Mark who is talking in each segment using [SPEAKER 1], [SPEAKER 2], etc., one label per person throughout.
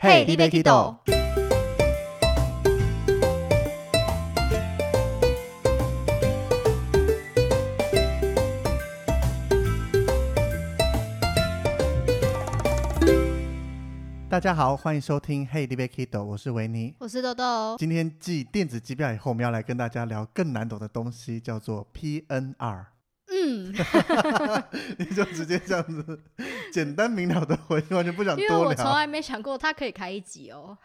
[SPEAKER 1] 嘿，你别 Kido。大家好，欢迎收听 Hey, d b Kido，我是维尼。
[SPEAKER 2] 我是豆豆，
[SPEAKER 1] 今天继电子机票以后，我们要来跟大家聊更难懂的东西，叫做 PNR。
[SPEAKER 2] 嗯，
[SPEAKER 1] 你就直接这样子简单明了的回，完全不想
[SPEAKER 3] 因为
[SPEAKER 1] 多
[SPEAKER 3] 我从
[SPEAKER 1] 聊。
[SPEAKER 3] 来没想过它可以开一集哦。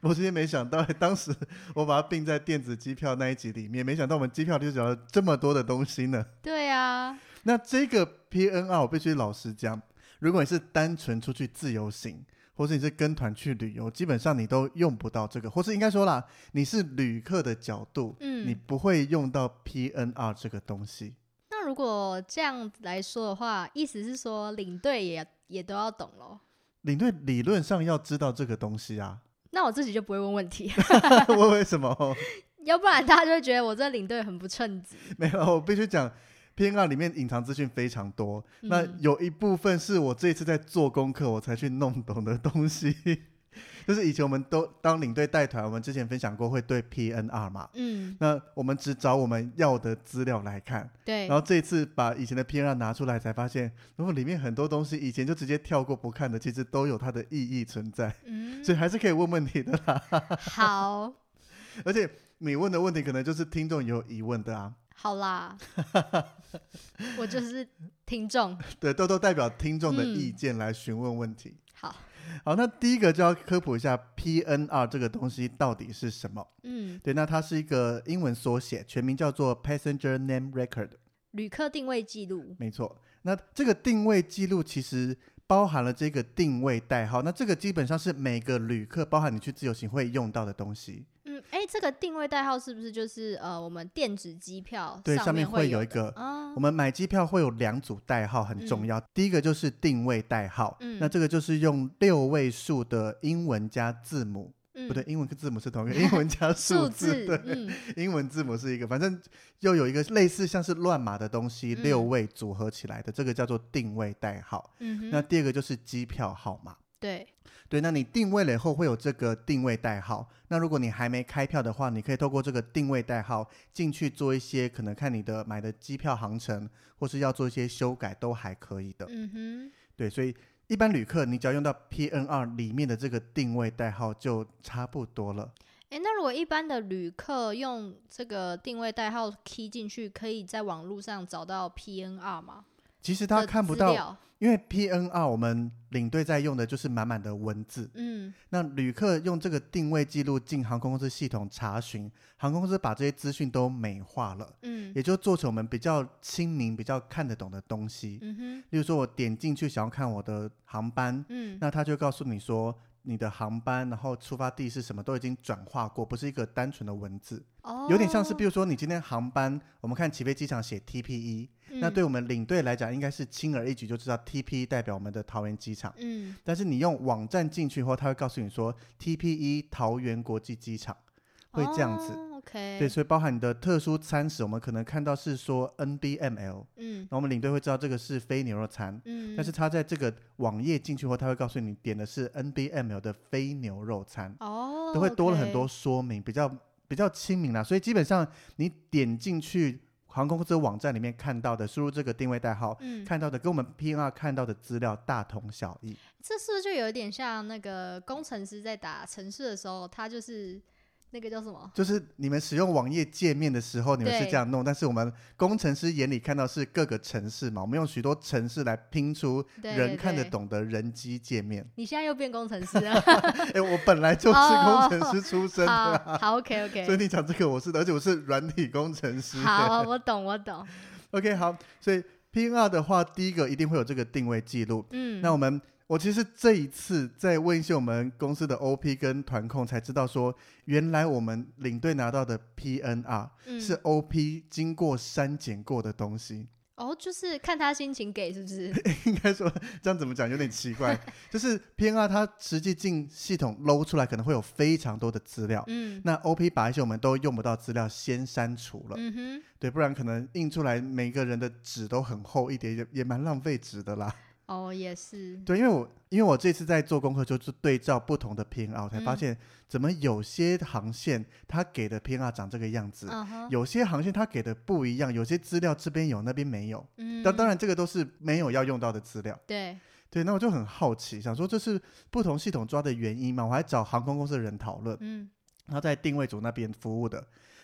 [SPEAKER 1] 我今天没想到， 当时我把它并在电子机票那一集里面，没想到我们机票里就聊了这么多的东西呢。
[SPEAKER 3] 对啊，
[SPEAKER 1] 那这个 PNR 我必须老实讲，如果你是单纯出去自由行，或是你是跟团去旅游，基本上你都用不到这个，或是应该说啦，你是旅客的角度，
[SPEAKER 3] 嗯
[SPEAKER 1] 你不会用到 PNR 这个东西。
[SPEAKER 3] 那如果这样子来说的话，意思是说领队也也都要懂咯。
[SPEAKER 1] 领队理论上要知道这个东西啊，
[SPEAKER 3] 那我自己就不会问问题，
[SPEAKER 1] 我为什么？哦
[SPEAKER 3] 要不然大家就会觉得我这领队很不称职。
[SPEAKER 1] 没有，我必须讲。PNR 里面隐藏资讯非常多，那
[SPEAKER 3] 嗯
[SPEAKER 1] 有一部分是我这一次在做功课我才去弄懂的东西， 就是以前我们都当领队带团，我们之前分享过会对 PNR 嘛，
[SPEAKER 3] 嗯，
[SPEAKER 1] 那我们只找我们要的资料来看，
[SPEAKER 3] 对
[SPEAKER 1] 然，后这一次把以前的 PNR 拿出来，才发现，如果里面很多东西以前就直接跳过不看的，其实都有它的意义存在，
[SPEAKER 3] 嗯，
[SPEAKER 1] 所以还是啊可以问问题的 啦。
[SPEAKER 3] 好，
[SPEAKER 1] 而且你问的问题可能就是听众也有疑问的啊，
[SPEAKER 3] 好 啦，我就是听众。
[SPEAKER 1] 对，都都代表听众的
[SPEAKER 3] 嗯
[SPEAKER 1] 意见来询问问题。
[SPEAKER 3] 好，
[SPEAKER 1] 好，那第一个就要科普一下 PNR 这个东西到底是什么。
[SPEAKER 3] 嗯，
[SPEAKER 1] 对，那它是一个英文缩写，全名叫做 Passenger Name Record。
[SPEAKER 3] 旅客定位记录，
[SPEAKER 1] 没错，那这个定位记录其实包含了这个定位代号，那这个基本上是每个旅客，包含你去自由行会用到的东西。
[SPEAKER 3] 嗯，哎、这个定位代号是不是就是呃，我们电子机票
[SPEAKER 1] 对，上面
[SPEAKER 3] 面会
[SPEAKER 1] 会有
[SPEAKER 3] 的
[SPEAKER 1] 一个，
[SPEAKER 3] 啊
[SPEAKER 1] 我？们买机票会有两组代号，很重要。第一个就是定位代号，
[SPEAKER 3] 嗯
[SPEAKER 1] 那这个就是用六位数的英文加字母，
[SPEAKER 3] 嗯
[SPEAKER 1] 不对，，英文跟字母是同一个，英文加
[SPEAKER 3] 数
[SPEAKER 1] 字，
[SPEAKER 3] 字
[SPEAKER 1] 对，，
[SPEAKER 3] 嗯，
[SPEAKER 1] 英文字母是一个，反正又有一个类似像是乱码的东西，
[SPEAKER 3] 嗯
[SPEAKER 1] 六位组合起来的，这个叫做定位代号。
[SPEAKER 3] 嗯哼，
[SPEAKER 1] 那第二个就是机票号码。
[SPEAKER 3] 对，
[SPEAKER 1] 对，那你定位了以后会有这个定位代号。那如果你还没开票的话，你可以透过这个定位代号进去做一些可能看你的买的机票航程，或是要做一些修改都还可以的。
[SPEAKER 3] 嗯
[SPEAKER 1] 对，所以一般旅客你只要用到 PNR 里面的这个定位代号就差不多了。
[SPEAKER 3] 哼，哎，那如果一般的旅客用这个定位代号 key 进去，可以在网络上找到 PNR 吗？
[SPEAKER 1] 其实他
[SPEAKER 3] 的
[SPEAKER 1] 看不
[SPEAKER 3] 资
[SPEAKER 1] 到，
[SPEAKER 3] 料，
[SPEAKER 1] 因为 PNR 我们领队在用的就是满满的文字，
[SPEAKER 3] 嗯
[SPEAKER 1] 那旅客用这个定位记录进航空公司系统查询，航空公司把这些资讯都美化了。
[SPEAKER 3] 嗯
[SPEAKER 1] 也就做成我们比较亲民、比较看得懂的东西。
[SPEAKER 3] 嗯哼，
[SPEAKER 1] 例如说，我点进去想要看我的航班，
[SPEAKER 3] 嗯
[SPEAKER 1] 那他就告诉你说你的航班，然后出发地是什么，都已经转化过，不是一个单纯的文字，
[SPEAKER 3] 哦，
[SPEAKER 1] 有点像是，比如说你今天航班，我们看起飞机场写 E TPE，、那
[SPEAKER 3] 嗯
[SPEAKER 1] 对，我们领队来讲，应该是轻而易举就知道 TPE 代表我们的桃园机场。
[SPEAKER 3] 嗯，
[SPEAKER 1] 但是你用网站进去后，他会告诉你说 TPE 桃园国际机场，会这样子。
[SPEAKER 3] 哦，OK，
[SPEAKER 1] 对，所以包含你的特殊餐食，我们可能看到是说 NBML，然后
[SPEAKER 3] 嗯
[SPEAKER 1] 我们领队会知道这个是非牛肉餐，
[SPEAKER 3] 嗯，
[SPEAKER 1] 但是他在这个网页进去后，他会告诉你点的是 NBML 的非牛肉餐，
[SPEAKER 3] 哦，
[SPEAKER 1] 都会多了很多
[SPEAKER 3] OK，
[SPEAKER 1] 说明，比较比较亲民啦。所以基本上你点进去航空公司网站里面看到的，输入这个定位代号。
[SPEAKER 3] 嗯，
[SPEAKER 1] 看到的跟我们 PNR 看到的资料大同小异，
[SPEAKER 3] 这是不是就有点像那个工程师在打程式的时候，他就是那个叫什么？
[SPEAKER 1] 就是你们使用网页界面的时候，你们是
[SPEAKER 3] 对
[SPEAKER 1] 这样弄，但是我们工程师眼里看到是各个城市嘛，我们用许多城市来拼出
[SPEAKER 3] 对
[SPEAKER 1] 人
[SPEAKER 3] 对
[SPEAKER 1] 看得
[SPEAKER 3] 对
[SPEAKER 1] 懂的人机 界面。
[SPEAKER 3] 你现在又变工程 师了，
[SPEAKER 1] 哎、我本来就是工程师出身的、啊。
[SPEAKER 3] 哦好好，OK
[SPEAKER 1] 所
[SPEAKER 3] OK，
[SPEAKER 1] 以你讲这个我是的，而且我是软体工程师。
[SPEAKER 3] 好，我懂我懂，
[SPEAKER 1] OK，好，所以 PNR 的话，第一个一定会有这个定位记录。
[SPEAKER 3] 嗯，
[SPEAKER 1] 那我们我其实这一次在问一些我们公司的 OP 跟团控，才知道说，原来我们领队拿到的 PNR
[SPEAKER 3] 嗯，
[SPEAKER 1] 是 OP 经过删减过的东西。
[SPEAKER 3] 哦，就是看他心情给是不是？
[SPEAKER 1] 应该说这样怎么讲有点 奇怪，就是 PNR 它实际进系统搂出来，可能会有非常多的资料。
[SPEAKER 3] 嗯
[SPEAKER 1] 那 OP 把一些我们都用不到资料先删除了，
[SPEAKER 3] 嗯哼，
[SPEAKER 1] 对，不然可能印出来每个人的纸都很厚一点，也也蛮浪费纸的啦。
[SPEAKER 3] 哦也是，
[SPEAKER 1] 对，因为我因为我这次在做功课，就是对照不同的 PNR，我才发
[SPEAKER 3] 嗯
[SPEAKER 1] 现怎么有些航线它给的 PNR 长这个样子，
[SPEAKER 3] 嗯哼，
[SPEAKER 1] 有些航线它给的不一样，有些资料这边有那边没有。
[SPEAKER 3] 嗯，
[SPEAKER 1] 但当然，这个都是没有要用到的资料。
[SPEAKER 3] 对，
[SPEAKER 1] 对，那我就很好奇，想说这是不同系统抓的原因嘛？我还找航空公司的人讨论，
[SPEAKER 3] 嗯
[SPEAKER 1] 然后在定位组那边服务的，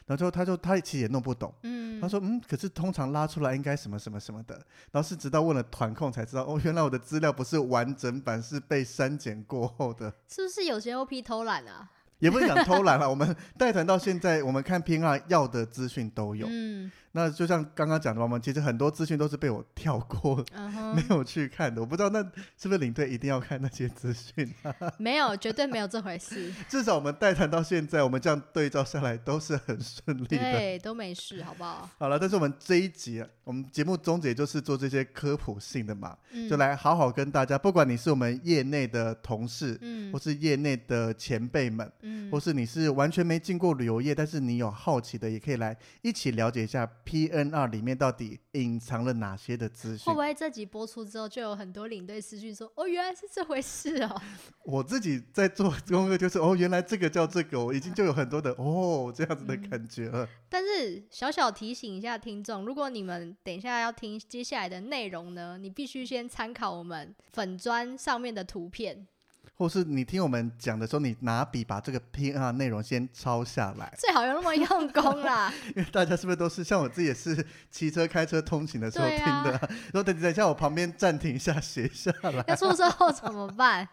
[SPEAKER 1] 然后就他就他其实也弄不懂。
[SPEAKER 3] 嗯，
[SPEAKER 1] 他说：“嗯，可是通常拉出来应该什么什么什么的。”然后是直到问了团控才知道，哦，原来我的资料不是完整版，是被删减过后的。
[SPEAKER 3] 是不是有些 OP 偷懒啊？
[SPEAKER 1] 也不是讲 偷懒了，我们带团到现在，我们看 PNR 要的资讯都有。
[SPEAKER 3] 嗯
[SPEAKER 1] 那就像刚刚讲的嘛，我们其实很多资讯都是被我跳过，
[SPEAKER 3] 嗯
[SPEAKER 1] 没
[SPEAKER 3] 哼，
[SPEAKER 1] 有去看的。我不知道那是不是领队一定要看那些资讯、啊。
[SPEAKER 3] 没有，绝对没有这回 事，
[SPEAKER 1] 至少我们带团到现在，我们这样对照下来都是很顺利的。
[SPEAKER 3] 对，都没事，好不好？
[SPEAKER 1] 好了，但是我们这一集啊，我们节目宗旨也就是做这些科普性的嘛。
[SPEAKER 3] 嗯，
[SPEAKER 1] 就，来好好跟大家，不管你是我们业内的同事，
[SPEAKER 3] 嗯
[SPEAKER 1] 或是业内的前辈们，
[SPEAKER 3] 嗯，
[SPEAKER 1] 或是你是完全没进过旅游业，但是你有好奇的，也可以来一起了解一下 PNR 里面到底隐藏了哪些的资
[SPEAKER 3] 会
[SPEAKER 1] 讯
[SPEAKER 3] 不。会这集播出之后，就有很多领队私讯说：“哦，原来是这回事哦
[SPEAKER 1] 我自己在做功课，就是哦，原来这个叫这个，我已经就有很多的哦这样子的
[SPEAKER 3] 嗯
[SPEAKER 1] 感觉了。！”
[SPEAKER 3] 但是小小提醒一下听众，如果你们等一下要听接下来的内容呢，你必须先参考我们粉砖上面的图片，
[SPEAKER 1] 或是你听我们讲的时候，你拿笔把这个 PNR 内容先抄下来，
[SPEAKER 3] 最好有那么用功 啦。
[SPEAKER 1] 因为大家是不是都是像我自己也是骑车、开车通勤的时候
[SPEAKER 3] 对
[SPEAKER 1] 听
[SPEAKER 3] 啊
[SPEAKER 1] 的、然后等等一下，我旁边暂停一下，写一下来。
[SPEAKER 3] 要出车祸怎么办？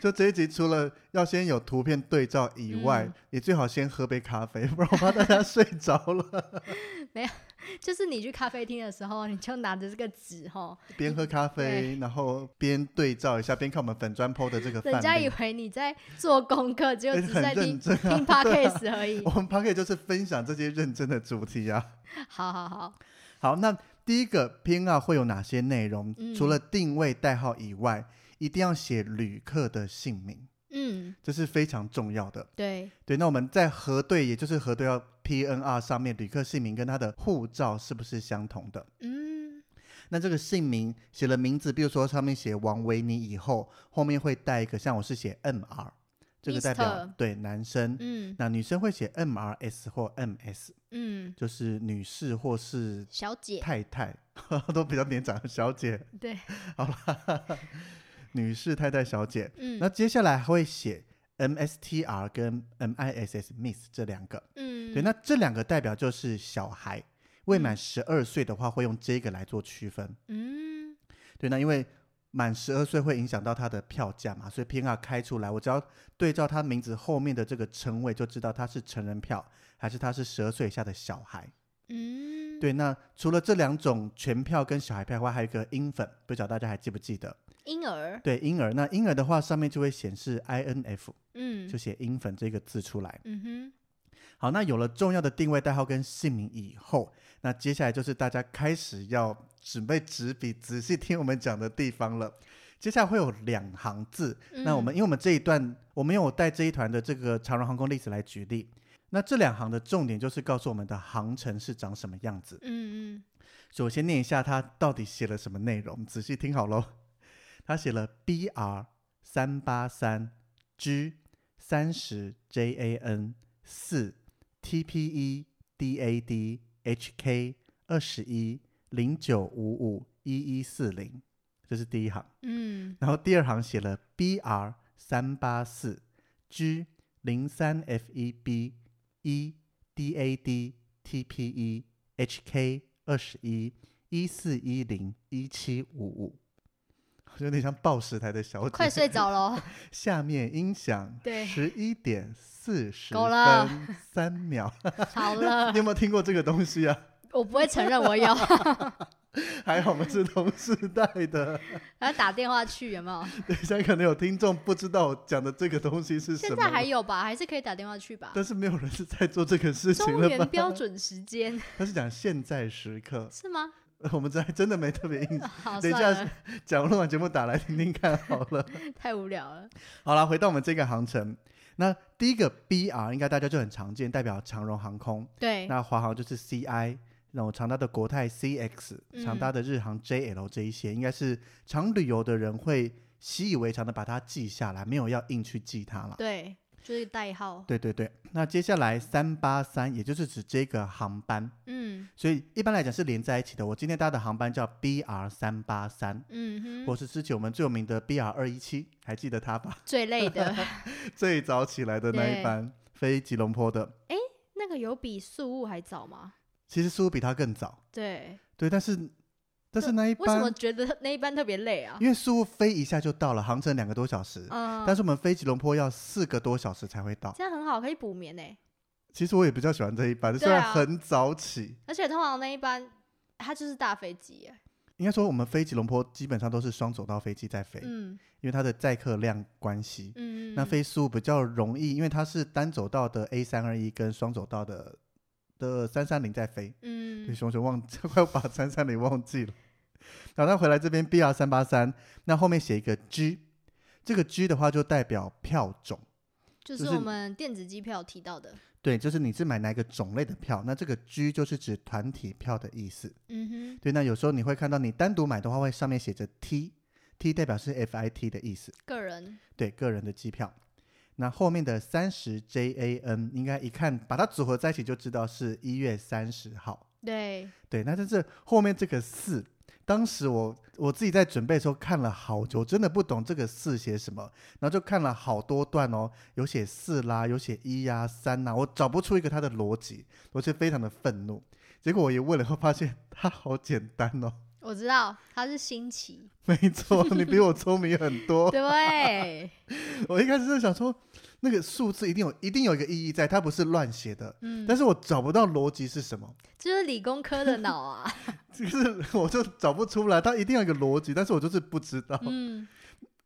[SPEAKER 1] 就这一集除了要先有图片对照以外，
[SPEAKER 3] 嗯
[SPEAKER 1] 也最好先喝杯咖啡， 不然我怕大家睡着 了。
[SPEAKER 3] 就是你去咖啡厅的时候，你就拿着这个纸吼，
[SPEAKER 1] 边喝咖啡，然后边对照一下，边看我们粉砖 PO 的这个
[SPEAKER 3] 人家
[SPEAKER 1] 范
[SPEAKER 3] 以
[SPEAKER 1] 例。
[SPEAKER 3] 为你在做功课，只有
[SPEAKER 1] 哎
[SPEAKER 3] 只是在
[SPEAKER 1] 很认
[SPEAKER 3] 听、
[SPEAKER 1] 真啊
[SPEAKER 3] 听
[SPEAKER 1] 对啊
[SPEAKER 3] podcast 而已
[SPEAKER 1] 我。们 p o c k e t 就是分享这些认真的主题啊。
[SPEAKER 3] 好好好，
[SPEAKER 1] 好，那第一个 PNR 会有哪些内容？
[SPEAKER 3] 嗯
[SPEAKER 1] 除了定位代号以外，一定要写旅客的姓名，
[SPEAKER 3] 嗯，
[SPEAKER 1] 这是非常重要的。
[SPEAKER 3] 对，
[SPEAKER 1] 对，那我们在核对，也就是核对到 PNR 上面旅客姓名跟他的护照是不是相同的？
[SPEAKER 3] 嗯
[SPEAKER 1] 那这个姓名写了名字，比如说上面写王维尼以后，后面会带一个，像我是写 MR，这个代表
[SPEAKER 3] Mister
[SPEAKER 1] 对男生。
[SPEAKER 3] 嗯
[SPEAKER 1] 那女生会写 MRS 或 MS，
[SPEAKER 3] 嗯，
[SPEAKER 1] 就是女士或是
[SPEAKER 3] 小姐，
[SPEAKER 1] 太太， 都比较年长的小姐。
[SPEAKER 3] 对，
[SPEAKER 1] 好啦， 女士、太太、小姐。
[SPEAKER 3] 嗯
[SPEAKER 1] 那接下来还会写 MSTR 跟 MISS Miss 这两个。
[SPEAKER 3] 嗯，
[SPEAKER 1] 对，那这两个代表就是小孩，未满十二岁的话会用这个来做区分。
[SPEAKER 3] 嗯
[SPEAKER 1] 对，那因为满十二岁会影响到他的票价嘛，所以 PNR 开出来，我只要对照他名字后面的这个称谓，就知道他是成人票还是他是十二岁以下的小孩。
[SPEAKER 3] 嗯，
[SPEAKER 1] 对，那除了这两种全票跟小孩票的话，还有一个婴粉，不晓得大家还记不记得？
[SPEAKER 3] 婴儿，
[SPEAKER 1] 对，婴儿，那婴儿的话上面就会显示 INF，
[SPEAKER 3] 嗯
[SPEAKER 1] 就写婴粉这个字出来。
[SPEAKER 3] 嗯哼，
[SPEAKER 1] 好，那有了重要的定位代号跟姓名以后，那接下来就是大家开始要准备纸笔，仔细听我们讲的地方了。接下来会有两行字，
[SPEAKER 3] 嗯
[SPEAKER 1] 那我们因为我们这一段，我们有带这一团的这个长荣航空历史来举例。那这两行的重点就是告诉我们的航程是长什么样子。
[SPEAKER 3] 嗯嗯
[SPEAKER 1] 所以我先念一下他到底写了什么内容，仔细听好喽。他写了 B R 三八三 G 三十 J A N 四 T P E D A D H K 二十一零九五五一一四零，这是第一行。
[SPEAKER 3] 嗯
[SPEAKER 1] 然后第二行写了 B R 三八四 G 零三 F E B 一 D A D T P E H K 二十一一四一零一七五五，有点像报时台的小姐。
[SPEAKER 3] 快睡着了，
[SPEAKER 1] 下面音响
[SPEAKER 3] 对
[SPEAKER 1] 十一点四十
[SPEAKER 3] 够了
[SPEAKER 1] 分三秒。
[SPEAKER 3] 好了
[SPEAKER 1] 你，有没有听过这个东西啊？
[SPEAKER 3] 我不会承认我有，
[SPEAKER 1] 还好我们是同时代的。
[SPEAKER 3] 然后打电话去有没有？
[SPEAKER 1] 等一下可能有听众不知道我讲的这个东西是什
[SPEAKER 3] 现
[SPEAKER 1] 么，
[SPEAKER 3] 在还有吧？还是可以打电话去吧？
[SPEAKER 1] 但是没有人是在做这个事情
[SPEAKER 3] 中
[SPEAKER 1] 了吧
[SPEAKER 3] 原？标准时间
[SPEAKER 1] 他是讲现在时刻，
[SPEAKER 3] 是吗？
[SPEAKER 1] 我们这还真的没特别印象。
[SPEAKER 3] 好，
[SPEAKER 1] 等一
[SPEAKER 3] 哦算
[SPEAKER 1] 下
[SPEAKER 3] 了，
[SPEAKER 1] 讲录完节目打来听听看好了。
[SPEAKER 3] 太无聊了。
[SPEAKER 1] 好啦，回到我们这个航程，那第一个 BR 应该大家就很常见，代表长荣航空。
[SPEAKER 3] 对，
[SPEAKER 1] 那华航就是 CI，那我常搭的国泰 CX，
[SPEAKER 3] 嗯
[SPEAKER 1] 常搭的日航 JL 这一些，应该是常旅游的人会习以为常的把它记下来，没有要硬去记它了。
[SPEAKER 3] 对，就是代号。
[SPEAKER 1] 对对对，那接下来三八三，也就是指这个航班，
[SPEAKER 3] 嗯
[SPEAKER 1] 所以一般来讲是连在一起的。我今天搭的航班叫 BR 三八三，
[SPEAKER 3] 嗯
[SPEAKER 1] 或
[SPEAKER 3] 哼，
[SPEAKER 1] 是之前我们最有名的 BR 二一七，还记得它吧？
[SPEAKER 3] 最累 的
[SPEAKER 1] 最早起来的那一
[SPEAKER 3] 对
[SPEAKER 1] 班飞吉隆坡的，
[SPEAKER 3] 那个有比宿务还早吗？
[SPEAKER 1] 其实似乎比它更早。
[SPEAKER 3] 对，
[SPEAKER 1] 对，但是但是
[SPEAKER 3] 对
[SPEAKER 1] 那一
[SPEAKER 3] 为什
[SPEAKER 1] 班
[SPEAKER 3] 么觉得那一班特别累啊？
[SPEAKER 1] 因为苏飞一下就到了，航程两个多小时，
[SPEAKER 3] 嗯，
[SPEAKER 1] 但是我们飞吉隆坡要四个多小时才会到。
[SPEAKER 3] 这样很好，可以补眠欸呢。
[SPEAKER 1] 其实我也比较喜欢这一班，
[SPEAKER 3] 对啊
[SPEAKER 1] 虽然很早起。
[SPEAKER 3] 而且通常那一班它就是大飞机耶，
[SPEAKER 1] 应该说，我们飞吉隆坡基本上都是双走道飞机在飞，
[SPEAKER 3] 嗯
[SPEAKER 1] 因为它的载客量关系。
[SPEAKER 3] 嗯，
[SPEAKER 1] 那飞苏比较容易，因为它是单走道的 A 三二一跟双走道的的三三零在飞。对，
[SPEAKER 3] 嗯
[SPEAKER 1] 熊熊忘 快把三三零忘记了。然后他回来这边 B R 三八三，那后面写一个 G，这个 G 的话就代表票种。
[SPEAKER 3] 就
[SPEAKER 1] 就是
[SPEAKER 3] 我们电子机票提到的，
[SPEAKER 1] 对，就是你是买哪一个种类的票，那这个 G 就是指团体票的意思。
[SPEAKER 3] 嗯
[SPEAKER 1] 对，那有时候你会看到你单独买的话，会上面写着 T，T 代表是 FIT 的意思，
[SPEAKER 3] 哼，个人
[SPEAKER 1] 对，个人的机票。那后面的三十 JAN 应该一看把它组合在一起就知道是一月三十号。
[SPEAKER 3] 对，
[SPEAKER 1] 对，那但是后面这个四，当时我我自己在准备的时候看了好久，真的不懂这个四写什么，然后就看了好多段哦，有写四啦，有写一呀、三呐、我找不出一个它的逻辑，我是非常的愤怒。结果我一问了后，发现它好简单哦。
[SPEAKER 3] 我知道它是新奇，
[SPEAKER 1] 没错，你比我聪明很多。
[SPEAKER 3] 对，
[SPEAKER 1] 我一开始就想说，那个数字一定有一定有一个意义在，它不是乱写的。
[SPEAKER 3] 嗯，
[SPEAKER 1] 但是我找不到逻辑是什么，
[SPEAKER 3] 就是理工科的脑 啊，
[SPEAKER 1] 就是 我就找不出来，它一定有一个逻辑，但是我就是不知道。
[SPEAKER 3] 嗯，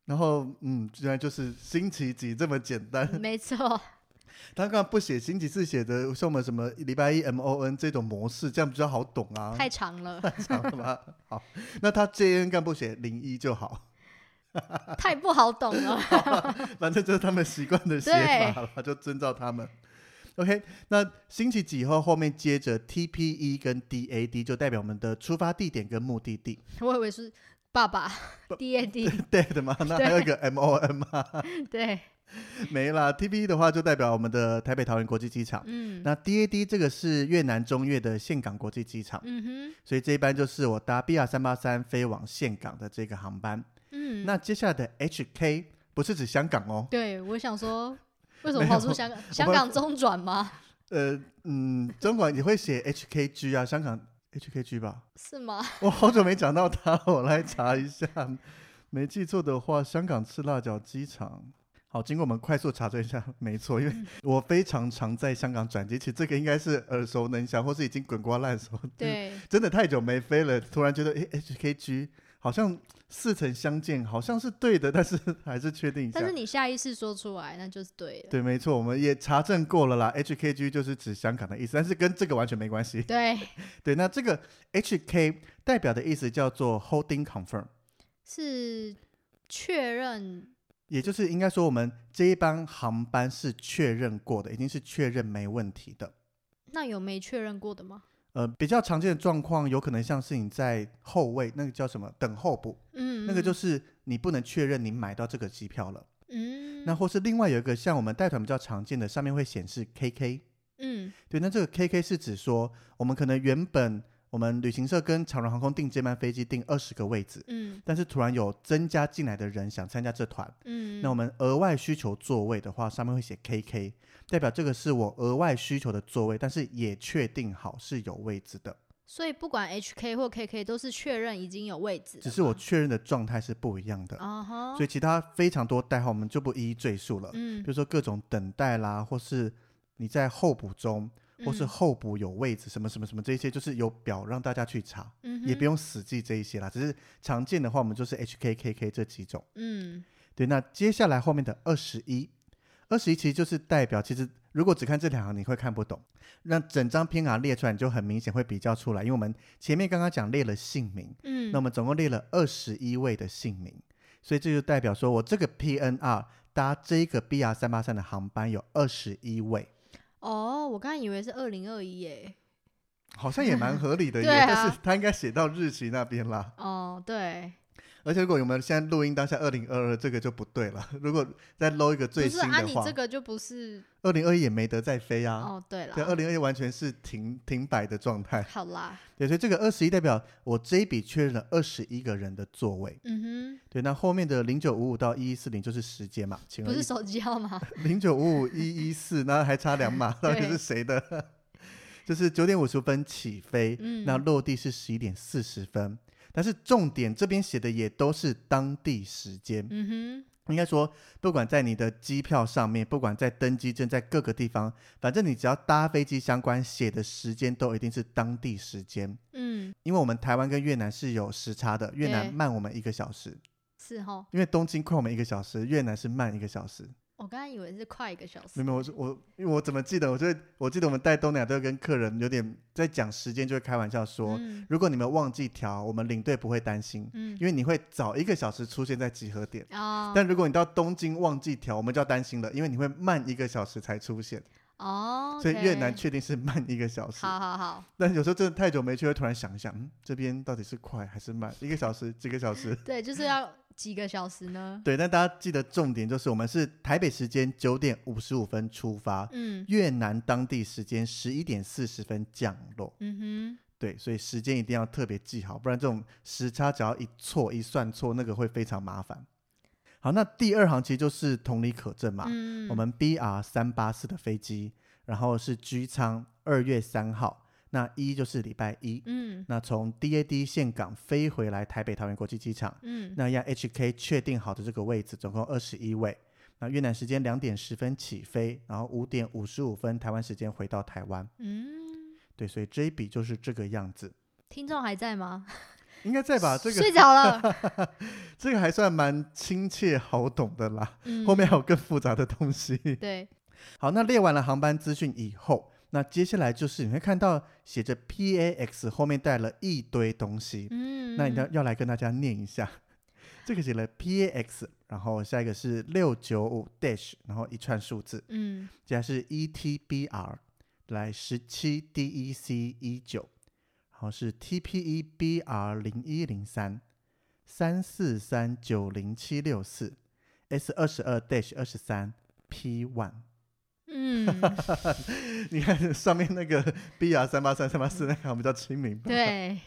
[SPEAKER 1] 然后，嗯，居然就是星期几这么简单。
[SPEAKER 3] 没错，
[SPEAKER 1] 哦他刚刚不写星期四写的，像我们什么礼拜一 M O N 这种模式，这样比较好懂啊。
[SPEAKER 3] 太长了，
[SPEAKER 1] 长了吧？好，那他 J N 干部写零一就好，
[SPEAKER 3] 太不好懂了，
[SPEAKER 1] 反正就是他们习惯的写法了，就遵照他们。OK，那星期几后后面接着 T P E 跟 D A D 就代表我们的出发地点跟目的地，
[SPEAKER 3] 我以为是爸爸 D A D，
[SPEAKER 1] 对的嘛？那还有一个 M O N 嘛，
[SPEAKER 3] 对，
[SPEAKER 1] 没啦。T P E 的话就代表我们的台北桃园国际机场。
[SPEAKER 3] 嗯
[SPEAKER 1] 那 DAD 这个是越南中越的岘港国际机场，
[SPEAKER 3] 嗯
[SPEAKER 1] 所以这一班就是我搭 BR 三八三飞往岘港的这个航班。
[SPEAKER 3] 哼，嗯，
[SPEAKER 1] 那接下来的 HK 不是指香港哦，
[SPEAKER 3] 对我想说。为什么
[SPEAKER 1] 没
[SPEAKER 3] 跑
[SPEAKER 1] 有
[SPEAKER 3] 出香港？香港中转吗？
[SPEAKER 1] 呃嗯，中广也会写 HKG 啊，香港 HKG 吧？
[SPEAKER 3] 是吗？
[SPEAKER 1] 我好久没讲到它了，我来查一下，没记错的话，香港赤辣椒机场。好，经过我们快速查证一下，没错，
[SPEAKER 3] 嗯
[SPEAKER 1] 因为我非常常在香港转机，其实这个应该是耳熟能详，或是已经滚瓜烂熟。，
[SPEAKER 3] 对，
[SPEAKER 1] 真的太久没飞了，突然觉得诶 HKG 好像似曾相见，好像是对的，但是还是确定一下
[SPEAKER 3] 但。是你下意识说出来，那就是对了。
[SPEAKER 1] 对，没错，我们也查证过了啦。HKG 就是指香港的意思，但是跟这个完全没关系。
[SPEAKER 3] 对，
[SPEAKER 1] 对，那这个 HK 代表的意思叫做 holding confirm，
[SPEAKER 3] 是确认，
[SPEAKER 1] 也就是应该说我们这一班航班是确认过的，已经是确认没问题的。
[SPEAKER 3] 那有没确认过的吗？
[SPEAKER 1] 呃，比较常见的状况有可能像是你在后位，那个叫什么等候补，
[SPEAKER 3] 嗯，，
[SPEAKER 1] 那个就是是你不能确认你买到这个机票了。
[SPEAKER 3] 嗯，
[SPEAKER 1] 那或是另外有一个像我们带团比较常见的，上面会显示 KK。
[SPEAKER 3] 嗯，
[SPEAKER 1] 对，那这个 KK 是指说，我们可能原本我们旅行社跟长荣航空订这班飞机订二十个位置，
[SPEAKER 3] 嗯
[SPEAKER 1] 但是突然有增加进来的人想参加这团，
[SPEAKER 3] 嗯，
[SPEAKER 1] 那我们额外需求座位的话，上面会写 KK，代表这个是我额外需求的座位，但是也确定好是有位置的，
[SPEAKER 3] 所以不管 HK 或 KK 都是确认已经有位置了吗，
[SPEAKER 1] 只是我确认的状态是不一样的。
[SPEAKER 3] 啊哈，
[SPEAKER 1] 所以其他非常多代号我们就不一一赘述了。比
[SPEAKER 3] 嗯
[SPEAKER 1] 如说各种等待啦，或是你在候补中，
[SPEAKER 3] 嗯
[SPEAKER 1] 或是候补有位置，什么什么什么这些，就是有表让大家去查，
[SPEAKER 3] 嗯
[SPEAKER 1] 也不
[SPEAKER 3] 用，
[SPEAKER 1] 用死记这一些啦。只是常见的话，我们就是 HKKK 这几种。
[SPEAKER 3] 嗯
[SPEAKER 1] 对，那接下来后面的二十一，二十一其实就是代表，其实如果只看这两行你会看不懂，那整张拼啊卡列出来你就很明显会比较出来，因为我们前面刚刚讲列了姓名，
[SPEAKER 3] 嗯，
[SPEAKER 1] 那我们总共列了二十一位的姓名，所以这就代表说我这个 PNR 搭这个 BR 三八三的航班有二十一位，
[SPEAKER 3] 哦，我刚才以为是二零二一耶，
[SPEAKER 1] 好像也蛮合 理的耶，
[SPEAKER 3] 对啊
[SPEAKER 1] 但是它应该写到日期那边啦。
[SPEAKER 3] 哦，对，
[SPEAKER 1] 而且如果我们现在录音当下二零二二，这个就不对了。如果再搂一个
[SPEAKER 3] 不
[SPEAKER 1] 最
[SPEAKER 3] 是
[SPEAKER 1] 新
[SPEAKER 3] 啊，
[SPEAKER 1] 的
[SPEAKER 3] 你
[SPEAKER 1] 话
[SPEAKER 3] 这，个就不是，
[SPEAKER 1] 二零二一也没得再飞啊。
[SPEAKER 3] 哦，对
[SPEAKER 1] 对，二
[SPEAKER 3] 啦，
[SPEAKER 1] 零二一完全是停停摆的状态。
[SPEAKER 3] 好啦，
[SPEAKER 1] 对，所以这个二十一代表我这一笔确认了二十一个人的座位。
[SPEAKER 3] 嗯
[SPEAKER 1] 对，那后面的零九五五到一一四零就是时间嘛，
[SPEAKER 3] 哼，
[SPEAKER 1] 请
[SPEAKER 3] 不
[SPEAKER 1] 问
[SPEAKER 3] 是手机号码，
[SPEAKER 1] 零九五五一一四，那还差两码，到底是谁的？ 就是九点五十分起飞，
[SPEAKER 3] 嗯
[SPEAKER 1] 那落地是十一点四十分。但是重点这边写的也都是当地时间，
[SPEAKER 3] 嗯
[SPEAKER 1] 应该说，不管在你的机票上面，不管在登机证，在各个地方，反正你只要搭飞机相关写的时间，都一定是当地时间。
[SPEAKER 3] 哼，嗯，
[SPEAKER 1] 因为我们台湾跟越南是有时差的，越南
[SPEAKER 3] 对
[SPEAKER 1] 慢我们一个小时，
[SPEAKER 3] 是哈，
[SPEAKER 1] 因为东京快我们一个小时，越南是慢一个小时。
[SPEAKER 3] 我刚才以为是快一个小时
[SPEAKER 1] 明，白我是我，因为我怎么记得？我就我记得我们带东南亚队跟客人有点在讲时间，就会开玩笑说，
[SPEAKER 3] 嗯
[SPEAKER 1] 如果你们忘记调，我们领队不会担心，
[SPEAKER 3] 嗯
[SPEAKER 1] 因为你会早一个小时出现在集合点。
[SPEAKER 3] 哦
[SPEAKER 1] 但如果你到东京忘记调，我们就要担心了，因为你会慢一个小时才出现，
[SPEAKER 3] 哦，
[SPEAKER 1] 所以越南
[SPEAKER 3] OK
[SPEAKER 1] 确定是慢一个小时。
[SPEAKER 3] 好好好，
[SPEAKER 1] 但有时候真的太久没去，会突然想一想，嗯，这边到底是快还是慢？一个小时，几个 小时？
[SPEAKER 3] 对，就是要几个小时呢？
[SPEAKER 1] 对，但大家记得重点就是，我们是台北时间九点五十五分出发，
[SPEAKER 3] 嗯
[SPEAKER 1] 越南当地时间十一点四十分降落。
[SPEAKER 3] 嗯
[SPEAKER 1] 对，所以时间一定要特别记好，不然这种时差只要一错一算错，那个会非常麻烦。好，那第二行其实就是同理可证嘛，
[SPEAKER 3] 哼，嗯，
[SPEAKER 1] 啊我们 BR 三八四的飞机，然后是居舱二月三号，那一就是礼拜一，
[SPEAKER 3] 嗯
[SPEAKER 1] 那从 DAD 岘港飞回来台北桃园国际机场，
[SPEAKER 3] 嗯
[SPEAKER 1] 那要 HK 确定好的这个位置，总共二十一位。那越南时间两点十分起飞，然后五点五十五分台湾时间回到台湾。
[SPEAKER 3] 嗯，
[SPEAKER 1] 对，所以这一笔就是这个样子，
[SPEAKER 3] 听众还在吗？
[SPEAKER 1] 应该再把啊这个
[SPEAKER 3] 睡着 了，
[SPEAKER 1] 这个还算蛮亲切好懂的啦。
[SPEAKER 3] 嗯
[SPEAKER 1] 后面还有更复杂的东西。
[SPEAKER 3] 对，
[SPEAKER 1] 好，那列完了航班资讯以后，那接下来就是你会看到写着 PAX 后面带了一堆东西，
[SPEAKER 3] 嗯，
[SPEAKER 1] 那你要要来跟大家念一下，这个写了 PAX，然后下一个是六九五 dash，然后一串数字，
[SPEAKER 3] 嗯
[SPEAKER 1] 接下来是 E ETBR，来十七 DEC 一 E 九，然后是 TPEBR 零一零三三四三九零七六四 S 二十二 dash 二十三 P one。
[SPEAKER 3] 嗯，
[SPEAKER 1] 你看上面那个 B R 三八三三八四那行比较亲民。，
[SPEAKER 3] 对，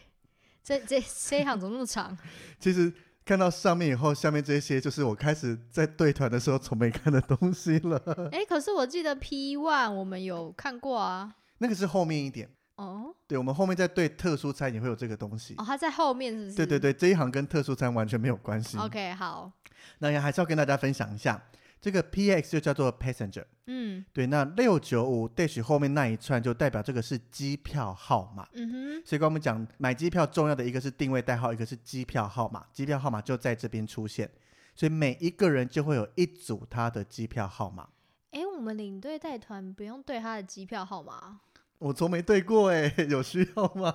[SPEAKER 3] 这这这一行怎么那么长？
[SPEAKER 1] 其实看到上面以后，下面这些就是我开始在对团的时候从没看的东西了。
[SPEAKER 3] 哎，可是我记得 P one 我们有看过啊，
[SPEAKER 1] 那个是后面一点，
[SPEAKER 3] 哦
[SPEAKER 1] 对我们后面在对特殊餐也会有这个东西。
[SPEAKER 3] 哦，它在后面是不是？
[SPEAKER 1] 对对对，这一行跟特殊餐完全没有关系。
[SPEAKER 3] ，OK，好，
[SPEAKER 1] 那也还是要跟大家分享一下，这个 P X 就叫做 passenger。
[SPEAKER 3] 嗯
[SPEAKER 1] 对，那六九五 dash 后面那一串就代表这个是机票号码。
[SPEAKER 3] 嗯哼，
[SPEAKER 1] 所以跟我们讲，买机票重要的一个是定位代号，一个是机票号码，机票号码就在这边出现，所以每一个人就会有一组他的机票号码。
[SPEAKER 3] 哎，我们领队带团不用对他的机票号码，
[SPEAKER 1] 我从没对过哎、 有需要吗？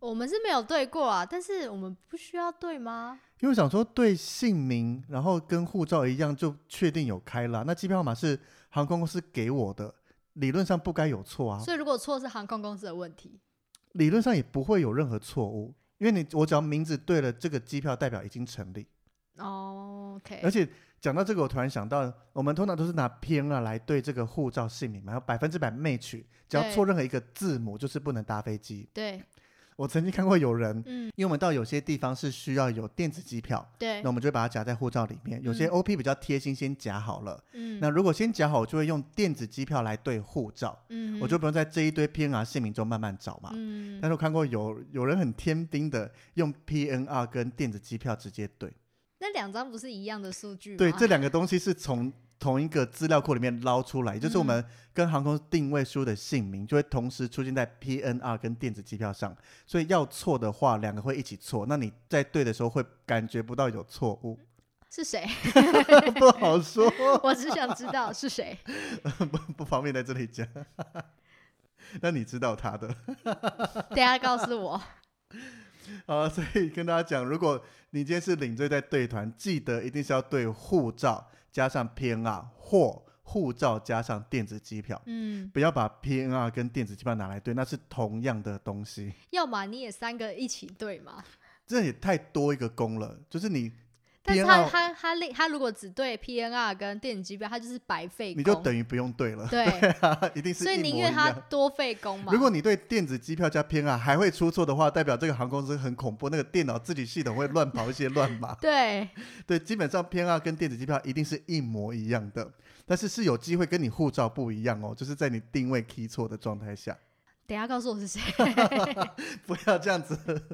[SPEAKER 3] 我们是没有对过啊，但是我们不需要对吗？
[SPEAKER 1] 因为我想说对姓名，然后跟护照一样就确定有开啦。那机票号码是航空公司给我的，理论上不该有错啊，
[SPEAKER 3] 所以如果错是航空公司的问题。
[SPEAKER 1] 理论上也不会有任何错误，因为你我只要名字对了，这个机票代表已经成立。
[SPEAKER 3] 哦，OK，
[SPEAKER 1] 而且讲到这个，我突然想到，我们通常都是拿 PNR 来对这个护照姓名嘛，然后百分之百 match，只要
[SPEAKER 3] 对
[SPEAKER 1] 错任何一个字母，就是不能搭飞机。
[SPEAKER 3] 对，
[SPEAKER 1] 我曾经看过有人，
[SPEAKER 3] 嗯，
[SPEAKER 1] 因为我们到有些地方是需要有电子机票，
[SPEAKER 3] 对
[SPEAKER 1] 那，我们就会把它夹在护照里面。有些
[SPEAKER 3] 嗯
[SPEAKER 1] OP 比较贴心，先夹好了。
[SPEAKER 3] 嗯，
[SPEAKER 1] 那如果先夹好，我就会用电子机票来对护照，
[SPEAKER 3] 嗯，
[SPEAKER 1] 我就不用在这一堆 PNR 姓名中慢慢找嘛。
[SPEAKER 3] 嗯
[SPEAKER 1] 但，是我看过有有人很天兵的，用 PNR 跟电子机票直接对。
[SPEAKER 3] 那两张不是一样的数据吗？
[SPEAKER 1] 对，这两个东西是从 同一个资料库里面捞出来，也就是我们跟航空定位书的姓名就会同时出现在 PNR 跟电子机票上，所以要错的话，两个会一起错。那你在对的时候会感觉不到有错误，
[SPEAKER 3] 是谁？
[SPEAKER 1] 不好说，
[SPEAKER 3] 我只想知道是谁。
[SPEAKER 1] 不不方便在这里讲。 那你知道他的，
[SPEAKER 3] 等一下告诉我。
[SPEAKER 1] 好，所以跟大家讲，如果你今天是领队在队团，记得一定是要对护照加上 PNR 或护照加上电子机票，
[SPEAKER 3] 嗯，
[SPEAKER 1] 不要把 PNR 跟电子机票拿来对，那是同样的东西。
[SPEAKER 3] 要么你也三个一起对嘛。
[SPEAKER 1] 这也太多一个功了，就是你
[SPEAKER 3] 但是他
[SPEAKER 1] PNR
[SPEAKER 3] 他他另他如果只对 PNR 跟电子机票，他就是白费工。
[SPEAKER 1] 你就等于不用对了，
[SPEAKER 3] 对，
[SPEAKER 1] 一定是
[SPEAKER 3] 所以
[SPEAKER 1] 一模
[SPEAKER 3] 宁
[SPEAKER 1] 一
[SPEAKER 3] 愿
[SPEAKER 1] 样。
[SPEAKER 3] 他多费工嘛。
[SPEAKER 1] 如果你对电子机票加 PNR 还会出错的话，代表这个航空公司很恐怖，那个电脑自己系统会乱跑一些乱码。
[SPEAKER 3] 对，
[SPEAKER 1] 对，基本上 PNR 跟电子机票一定是一模一样的，但是是有机会跟你护照不一样哦，就是在你定位 key 错的状态下，
[SPEAKER 3] 等一下告诉我是谁。
[SPEAKER 1] 不要这样子。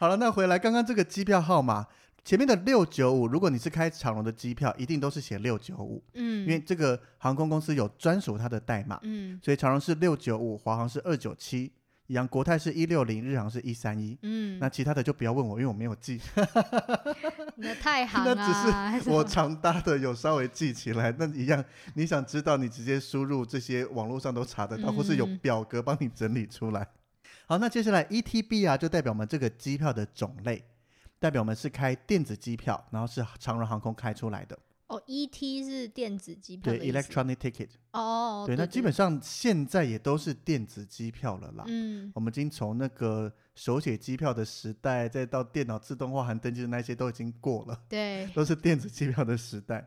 [SPEAKER 1] 好了，那回来刚刚这个机票号码前面的六九五，如果你是开长荣的机票，一定都是写六九五，因为
[SPEAKER 3] 嗯
[SPEAKER 1] 这个航空公司有专属它的代码，
[SPEAKER 3] 嗯
[SPEAKER 1] 所以长荣是六九五，华航是二九七，一样，国泰是一六零，日航是一三一。
[SPEAKER 3] 嗯，
[SPEAKER 1] 那其他的就不要问我，因为我没有记，
[SPEAKER 3] 你的太行
[SPEAKER 1] 那只是
[SPEAKER 3] 啊，还是
[SPEAKER 1] 我
[SPEAKER 3] 什么
[SPEAKER 1] 常搭的有稍微记起来。那一样，你想知道，你直接输入这些网络上都查得到，或是有
[SPEAKER 3] 嗯
[SPEAKER 1] 表格帮你整理出来。好，那接下来 ETB 啊，就代表我们这个机票的种类，代表我们是开电子机票，然后是长荣航空开出来的，
[SPEAKER 3] 哦，ET 是电子机票
[SPEAKER 1] 对
[SPEAKER 3] 的意思。
[SPEAKER 1] ，electronic ticket，
[SPEAKER 3] 哦哦，哦
[SPEAKER 1] 对，那基本上现在也都是电子机票了啦。
[SPEAKER 3] 嗯
[SPEAKER 1] 我们已经从那个手写机票的时代，再到电脑自动化函登记的那些都已经过了，
[SPEAKER 3] 对，
[SPEAKER 1] 都是电子机票的时代。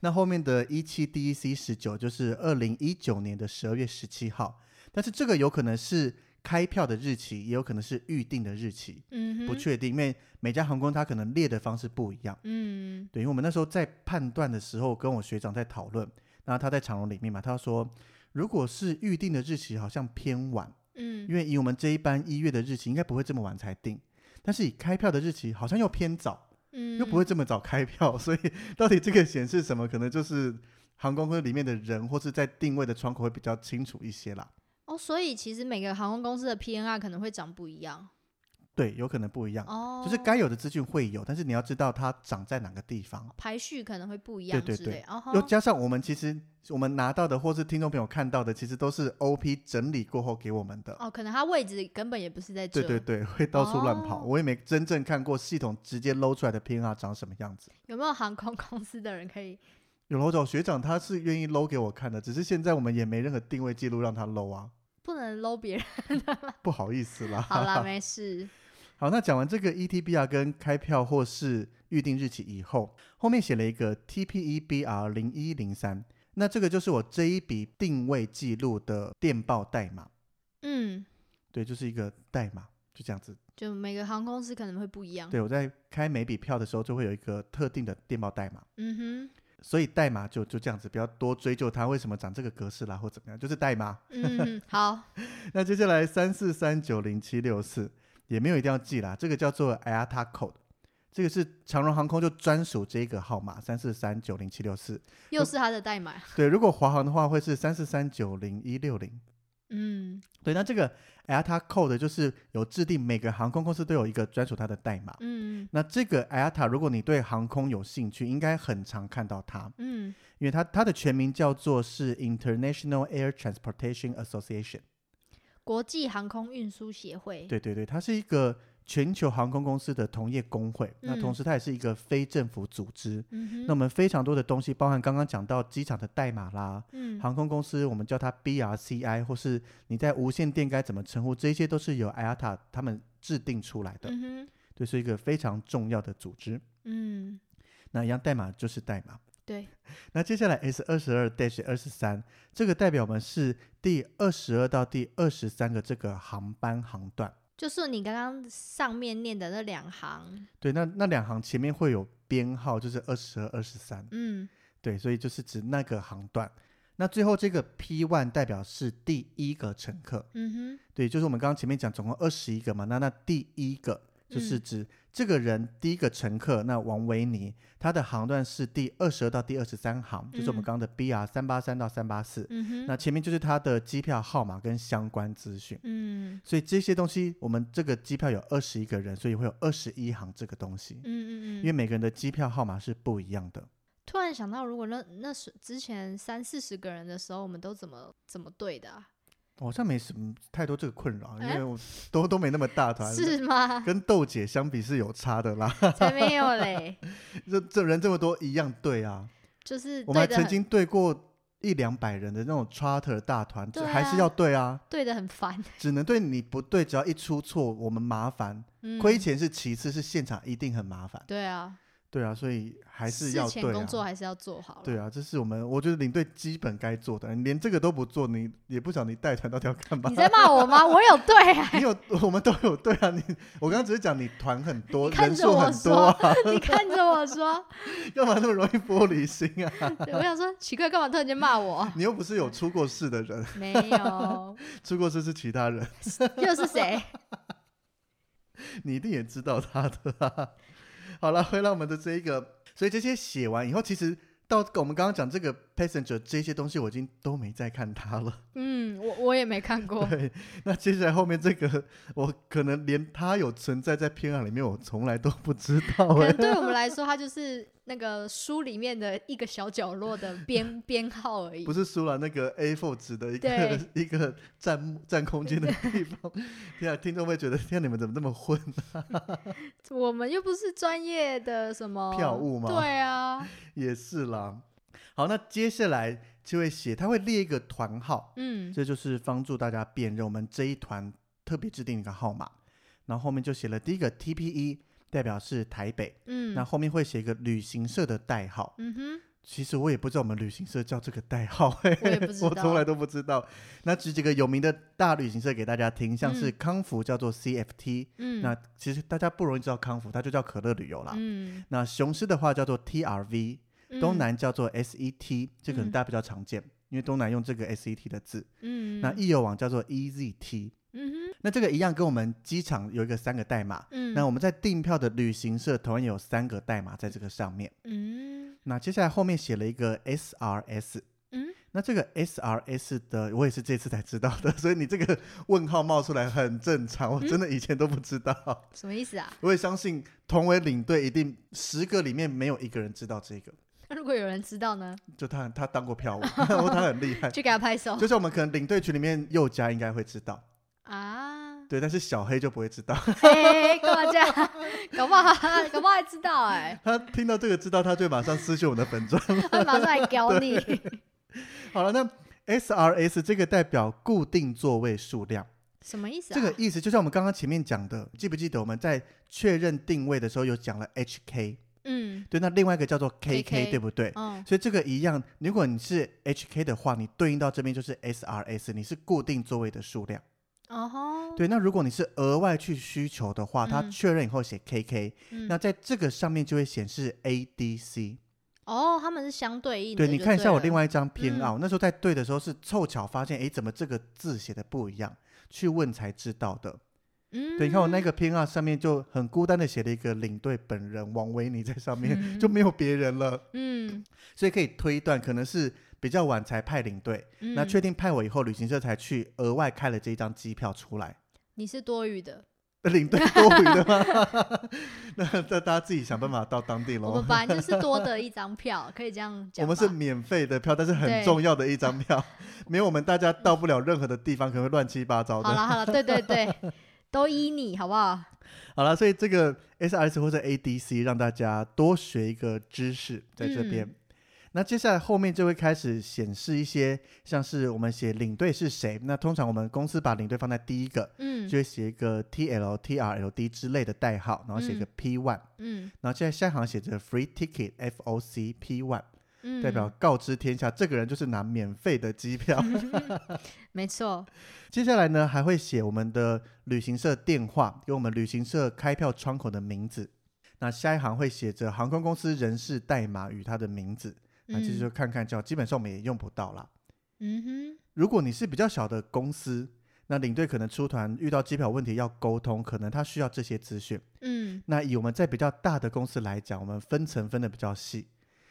[SPEAKER 1] 那后面的一期 DEC 十九就是二零一九年的十二月十七号，但是这个有可能是开票的日期，也有可能是预定的日期，
[SPEAKER 3] 嗯哼
[SPEAKER 1] 不确定，因为每家航空它可能列的方式不一样。
[SPEAKER 3] 嗯
[SPEAKER 1] 对，因为我们那时候在判断的时候，跟我学长在讨论，那他在长荣里面嘛，他说如果是预定的日期好像偏晚，
[SPEAKER 3] 嗯
[SPEAKER 1] 因为以我们这一班一月的日期，应该不会这么晚才定。但是以开票的日期好像又偏早，
[SPEAKER 3] 嗯，
[SPEAKER 1] 又不会这么早开票， 所以到底这个显示什么？可能就是航空公司里面的人，或是在定位的窗口会比较清楚一些啦。
[SPEAKER 3] 哦，所以其实每个航空公司的 PNR 可能会长不一样
[SPEAKER 1] 对，有可能不一样，
[SPEAKER 3] 哦，
[SPEAKER 1] 啊就是该有的资讯会有，但是你要知道它长在哪个地方。
[SPEAKER 3] 排序可能会不一
[SPEAKER 1] 对
[SPEAKER 3] 样
[SPEAKER 1] 对
[SPEAKER 3] 之
[SPEAKER 1] 对
[SPEAKER 3] 类，哦吼
[SPEAKER 1] 又加上我们其实我们拿到的，或是听众朋友看到的，其实都是 OP 整理过后给我们的。
[SPEAKER 3] 哦，可能它位置根本也不是在这，
[SPEAKER 1] 对对对，会到处乱跑，
[SPEAKER 3] 哦
[SPEAKER 1] 我也没真正看过系统直接搂出来的 PNR 长什么样子。
[SPEAKER 3] 有没有航空公司的人可以？
[SPEAKER 1] 有楼找学长，他是愿意搂给我看的，只是现在我们也没任何定位记录让他搂啊，
[SPEAKER 3] 不能搂别人，
[SPEAKER 1] 不好意思啦。
[SPEAKER 3] 好啦，没事。
[SPEAKER 1] 好，那讲完这个 E ETBR 跟开票或是预定日期以后，后面写了一个 TPEBR 零一零三，那这个就是我这一笔定位记录的电报代码，
[SPEAKER 3] 嗯，
[SPEAKER 1] 对，就是一个代码，就这样子。
[SPEAKER 3] 就每个航空公司可能会不一样。
[SPEAKER 1] 对我在开每笔票的时候，就会有一个特定的电报代码，
[SPEAKER 3] 嗯
[SPEAKER 1] 所以代码就就这样子，不要多追究它为什么长这个格式啦或怎么样，就是代码。
[SPEAKER 3] 哼，嗯， 好，
[SPEAKER 1] 那接下来三四三九零七六四也没有一定要记啦，这个叫做 IATA code，这个是长荣航空就专属这个号码三四三九零七六四。
[SPEAKER 3] 又是它的代码。
[SPEAKER 1] 对，如果华航的话会是三四三九零一六零。
[SPEAKER 3] 嗯
[SPEAKER 1] 对，那这个 IATA code 就是有制定每个航空公司都有一个专属它的代码。
[SPEAKER 3] 嗯
[SPEAKER 1] 那这个 IATA，如果你对航空有兴趣，应该很常看到它，
[SPEAKER 3] 嗯，
[SPEAKER 1] 因为它它的全名叫做是 International Air Transportation Association。
[SPEAKER 3] 国际航空运输协会。
[SPEAKER 1] 对对对，它是一个全球航空公司的同业工会，那同
[SPEAKER 3] 嗯
[SPEAKER 1] 时它也是一个非政府组织。
[SPEAKER 3] 嗯
[SPEAKER 1] 那
[SPEAKER 3] 哼，
[SPEAKER 1] 我们非常多的东西，包含刚刚讲到机场的代码啦，
[SPEAKER 3] 嗯，
[SPEAKER 1] 航空公司我们叫它 BRCI，或是你在无线电该怎么称呼，这些都是由 IATA 他们制定出来的，
[SPEAKER 3] 嗯哼，
[SPEAKER 1] 对，是一个非常重要的组织。
[SPEAKER 3] 嗯，
[SPEAKER 1] 那一样代码就是代码。
[SPEAKER 3] 对，
[SPEAKER 1] 那接下来 S 二十二 dash 二十三，这个代表我们是第二十二到第二十三个这个航班航段。
[SPEAKER 3] 就是你刚刚上面念的那两行。
[SPEAKER 1] 对，那那两行前面会有编号，就是二十二、二十三，
[SPEAKER 3] 嗯
[SPEAKER 1] 对，所以就是指那个航段。那最后这个 P one 代表是第一个乘客，
[SPEAKER 3] 嗯哼，
[SPEAKER 1] 对，就是我们刚刚前面讲总共二十一个嘛，那那第一个就是
[SPEAKER 3] 嗯
[SPEAKER 1] 指这个人第一个乘客，那王维尼，他的航段是第二十二到第二十三航，就是我们
[SPEAKER 3] 嗯
[SPEAKER 1] 刚刚的 BR 三八三到三八四。
[SPEAKER 3] 嗯哼，
[SPEAKER 1] 那前面就是他的机票号码跟相关资讯。
[SPEAKER 3] 嗯
[SPEAKER 1] 所以这些东西，我们这个机票有二十一个人，所以会有二十一行这个东西
[SPEAKER 3] 嗯，嗯
[SPEAKER 1] 因为
[SPEAKER 3] 嗯。
[SPEAKER 1] 每个人的机票号码是不一样的。
[SPEAKER 3] 突然想到，如果那那时之前三四十个人的时候，我们都怎么怎么对的、啊？
[SPEAKER 1] 我好像没什么太多这个困扰，因
[SPEAKER 3] 哎
[SPEAKER 1] 为我都都没那么大团，
[SPEAKER 3] 是吗？
[SPEAKER 1] 跟豆姐相比是有差的啦。
[SPEAKER 3] 才没有嘞，
[SPEAKER 1] 这这人这么多，一样对啊。
[SPEAKER 3] 就是
[SPEAKER 1] 我
[SPEAKER 3] 对
[SPEAKER 1] 们还
[SPEAKER 3] 的
[SPEAKER 1] 曾
[SPEAKER 3] 很
[SPEAKER 1] 经对过一两百人的那种 charter 大团，这
[SPEAKER 3] 对
[SPEAKER 1] 还是
[SPEAKER 3] 啊
[SPEAKER 1] 要对啊，
[SPEAKER 3] 对的很烦，
[SPEAKER 1] 只能对你不对，只要一出错，我们麻烦，
[SPEAKER 3] 嗯
[SPEAKER 1] 亏钱是其次，是现场一定很麻烦。
[SPEAKER 3] 对啊，
[SPEAKER 1] 对啊，所以还是
[SPEAKER 3] 事
[SPEAKER 1] 要
[SPEAKER 3] 前
[SPEAKER 1] 对
[SPEAKER 3] 工作
[SPEAKER 1] 啊。
[SPEAKER 3] 还是要做好了。
[SPEAKER 1] 对啊，这是我们我觉得领队基本该做的，你连这个都不做，你也不想你带团到底要干嘛
[SPEAKER 3] 你？在骂我吗？我有对、啊，
[SPEAKER 1] 你有， 我们都有对啊。你我刚刚只是讲你团很多，
[SPEAKER 3] 你 看
[SPEAKER 1] 人
[SPEAKER 3] 着
[SPEAKER 1] 数
[SPEAKER 3] 我
[SPEAKER 1] 很多
[SPEAKER 3] 说
[SPEAKER 1] 啊，
[SPEAKER 3] 你看着我说，
[SPEAKER 1] 干嘛那么容易玻璃心啊？
[SPEAKER 3] 对我想说奇怪，干嘛突然间骂我？
[SPEAKER 1] 你又不是有出过事的人，
[SPEAKER 3] 没有，
[SPEAKER 1] 出过事是其他人，
[SPEAKER 3] 又是谁？
[SPEAKER 1] 你一定也知道他的、啊。 好了，回到我们的这一个，所以这些写完以后，其实到我们刚刚讲这个 passenger 这些东西，我已经都没再看它了。
[SPEAKER 3] 嗯，我我也没看过。
[SPEAKER 1] 对，那接下来后面这个，我可能连它有存在在偏海里面，我从来都不知道、
[SPEAKER 3] 可
[SPEAKER 1] 欸
[SPEAKER 3] 能。对我们来说，它就是那个书里面的一个小角落的 编编号而已
[SPEAKER 1] 不。是输了那个 A4 纸的一个
[SPEAKER 3] 对
[SPEAKER 1] 一个占占空间的地方， 天啊，听众会觉得天、啊，你们怎么那么混？
[SPEAKER 3] 我们又不是专业的什么
[SPEAKER 1] 票务吗
[SPEAKER 3] 对啊，
[SPEAKER 1] 也是啦。好，那接下来就会写，他会列一个团号，
[SPEAKER 3] 嗯
[SPEAKER 1] 这就是帮助大家辨认我们这一团特别制定一个号码。然后后面就写了第一个 TPE，代表是台北。
[SPEAKER 3] 嗯
[SPEAKER 1] 那后面会写一个旅行社的代号，
[SPEAKER 3] 嗯哼，
[SPEAKER 1] 其实我也不知道我们旅行社叫这个代号、嘿
[SPEAKER 3] 我也
[SPEAKER 1] 嘿
[SPEAKER 3] 不知
[SPEAKER 1] 我
[SPEAKER 3] 道
[SPEAKER 1] 从来都不知道。那举几个有名的大旅行社给大家听，像是
[SPEAKER 3] 嗯
[SPEAKER 1] 康福叫做 CFT，、
[SPEAKER 3] 嗯
[SPEAKER 1] 那其实大家不容易知道康福，它就叫可乐旅游啦。
[SPEAKER 3] 嗯
[SPEAKER 1] 那雄狮的话叫做 TRV，东南叫做 SET，、这可能
[SPEAKER 3] 嗯
[SPEAKER 1] 大家比较常见，因为东南用这个 SET 的字。
[SPEAKER 3] 嗯
[SPEAKER 1] 那易游网叫做 EZT，
[SPEAKER 3] 嗯哼
[SPEAKER 1] 那这个一样跟我们机场有一个三个代码。
[SPEAKER 3] 嗯
[SPEAKER 1] 那我们在订票的旅行社同样有三个代码在这个上面。
[SPEAKER 3] 嗯
[SPEAKER 1] 那接下来后面写了一个 SRS，
[SPEAKER 3] 嗯，
[SPEAKER 1] 那这个 SRS 的我也是这次才知道的，所以你这个问号冒出来很正常，我真的以前都不知道。
[SPEAKER 3] 什么意思啊？
[SPEAKER 1] 我也相信同为领队，一定十个里面没有一个人知道这个，
[SPEAKER 3] 那如果有人知道呢，
[SPEAKER 1] 就他他当过票务，然后他很厉害。
[SPEAKER 3] 就给他拍手
[SPEAKER 1] 就像我们可能领队群里面佑嘉应该会知道，
[SPEAKER 3] 啊！
[SPEAKER 1] 对，但是小黑就不会知道。
[SPEAKER 3] 嘿，干嘛这样？搞不好他，搞不好还知道哎、
[SPEAKER 1] 他听到这个知道，他就会马上失去我们的本专。
[SPEAKER 3] 他会马上来屌你。
[SPEAKER 1] 好了，那 SRS 这个代表固定座位数量。
[SPEAKER 3] 什么意思啊？
[SPEAKER 1] 这个意思就像我们刚刚前面讲的，记不记得我们在确认定位的时候有讲了 HK，
[SPEAKER 3] 嗯
[SPEAKER 1] 对，那另外一个叫做 KK，,
[SPEAKER 3] KK
[SPEAKER 1] 对不对？
[SPEAKER 3] 嗯
[SPEAKER 1] 所以这个一样，如果你是 HK 的话，你对应到这边就是 SRS，你是固定座位的数量。
[SPEAKER 3] 哦吼，
[SPEAKER 1] 对，那如果你是额外去需求的话，它
[SPEAKER 3] 嗯
[SPEAKER 1] 确认以后写 KK，、
[SPEAKER 3] 嗯
[SPEAKER 1] 那在这个上面就会显示 ADC。
[SPEAKER 3] 哦，他们是相对应的
[SPEAKER 1] 对，
[SPEAKER 3] 就
[SPEAKER 1] 你
[SPEAKER 3] 对嗯
[SPEAKER 1] 看一下我另
[SPEAKER 3] 外
[SPEAKER 1] 外一张偏奥，那时候在对的时候是凑巧发现，诶，怎么这个字写的不一样？去问才知道的。
[SPEAKER 3] 嗯
[SPEAKER 1] 对，你看我那个偏爱上面就很孤单的写了一个领队本人王维尼在上面，就没有别人了，
[SPEAKER 3] 嗯，
[SPEAKER 1] 所以可以推断可能是比较晚才派领队，
[SPEAKER 3] 嗯
[SPEAKER 1] 那确定派我以后，旅行社才去额外开了这一张机票出来。
[SPEAKER 3] 你是多余的，
[SPEAKER 1] 领队多余的吗？ 那那大家自己想办法到当地
[SPEAKER 3] 我
[SPEAKER 1] 喽
[SPEAKER 3] 们。本来就是多的一张 票，可以这样
[SPEAKER 1] 我
[SPEAKER 3] 讲吧。
[SPEAKER 1] 们是免费的票，但是很
[SPEAKER 3] 对
[SPEAKER 1] 重要的一张 票，没有我们大家到不了任何的地方，可能会乱七八糟的。
[SPEAKER 3] 好了好了，对对对， 都依你好不好？嗯
[SPEAKER 1] 好了，所以这个 SRS 或者 ADC 让大家多学一个知识在这边。
[SPEAKER 3] 嗯
[SPEAKER 1] 那接下来后面就会开始显示一些，像是我们写领队是谁。那通常我们公司把领队放在第一个，
[SPEAKER 3] 嗯
[SPEAKER 1] 就会写一个 TL、TRLD 之类的代号，然后写一个 P one，、
[SPEAKER 3] 嗯
[SPEAKER 1] 然后现在下一行写着 Free Ticket FOC P one，、
[SPEAKER 3] 嗯，
[SPEAKER 1] 代表告知天下这个人就是拿免费的 机票。
[SPEAKER 3] 没错，
[SPEAKER 1] 接下来呢，还会写我们的旅行社电话，跟我们旅行社开票窗口的名字。那下一行会写着航空公司人事代码与它的名字。那其实
[SPEAKER 3] 嗯
[SPEAKER 1] 就看看就好，基本上我们也用不到啦。
[SPEAKER 3] 嗯哼，
[SPEAKER 1] 如果你是比较小的公司，那领队可能出团遇到机票问题要沟通，可能他需要这些资讯。
[SPEAKER 3] 嗯，
[SPEAKER 1] 那以我们在比较大的公司来讲，我们分层分的比较细，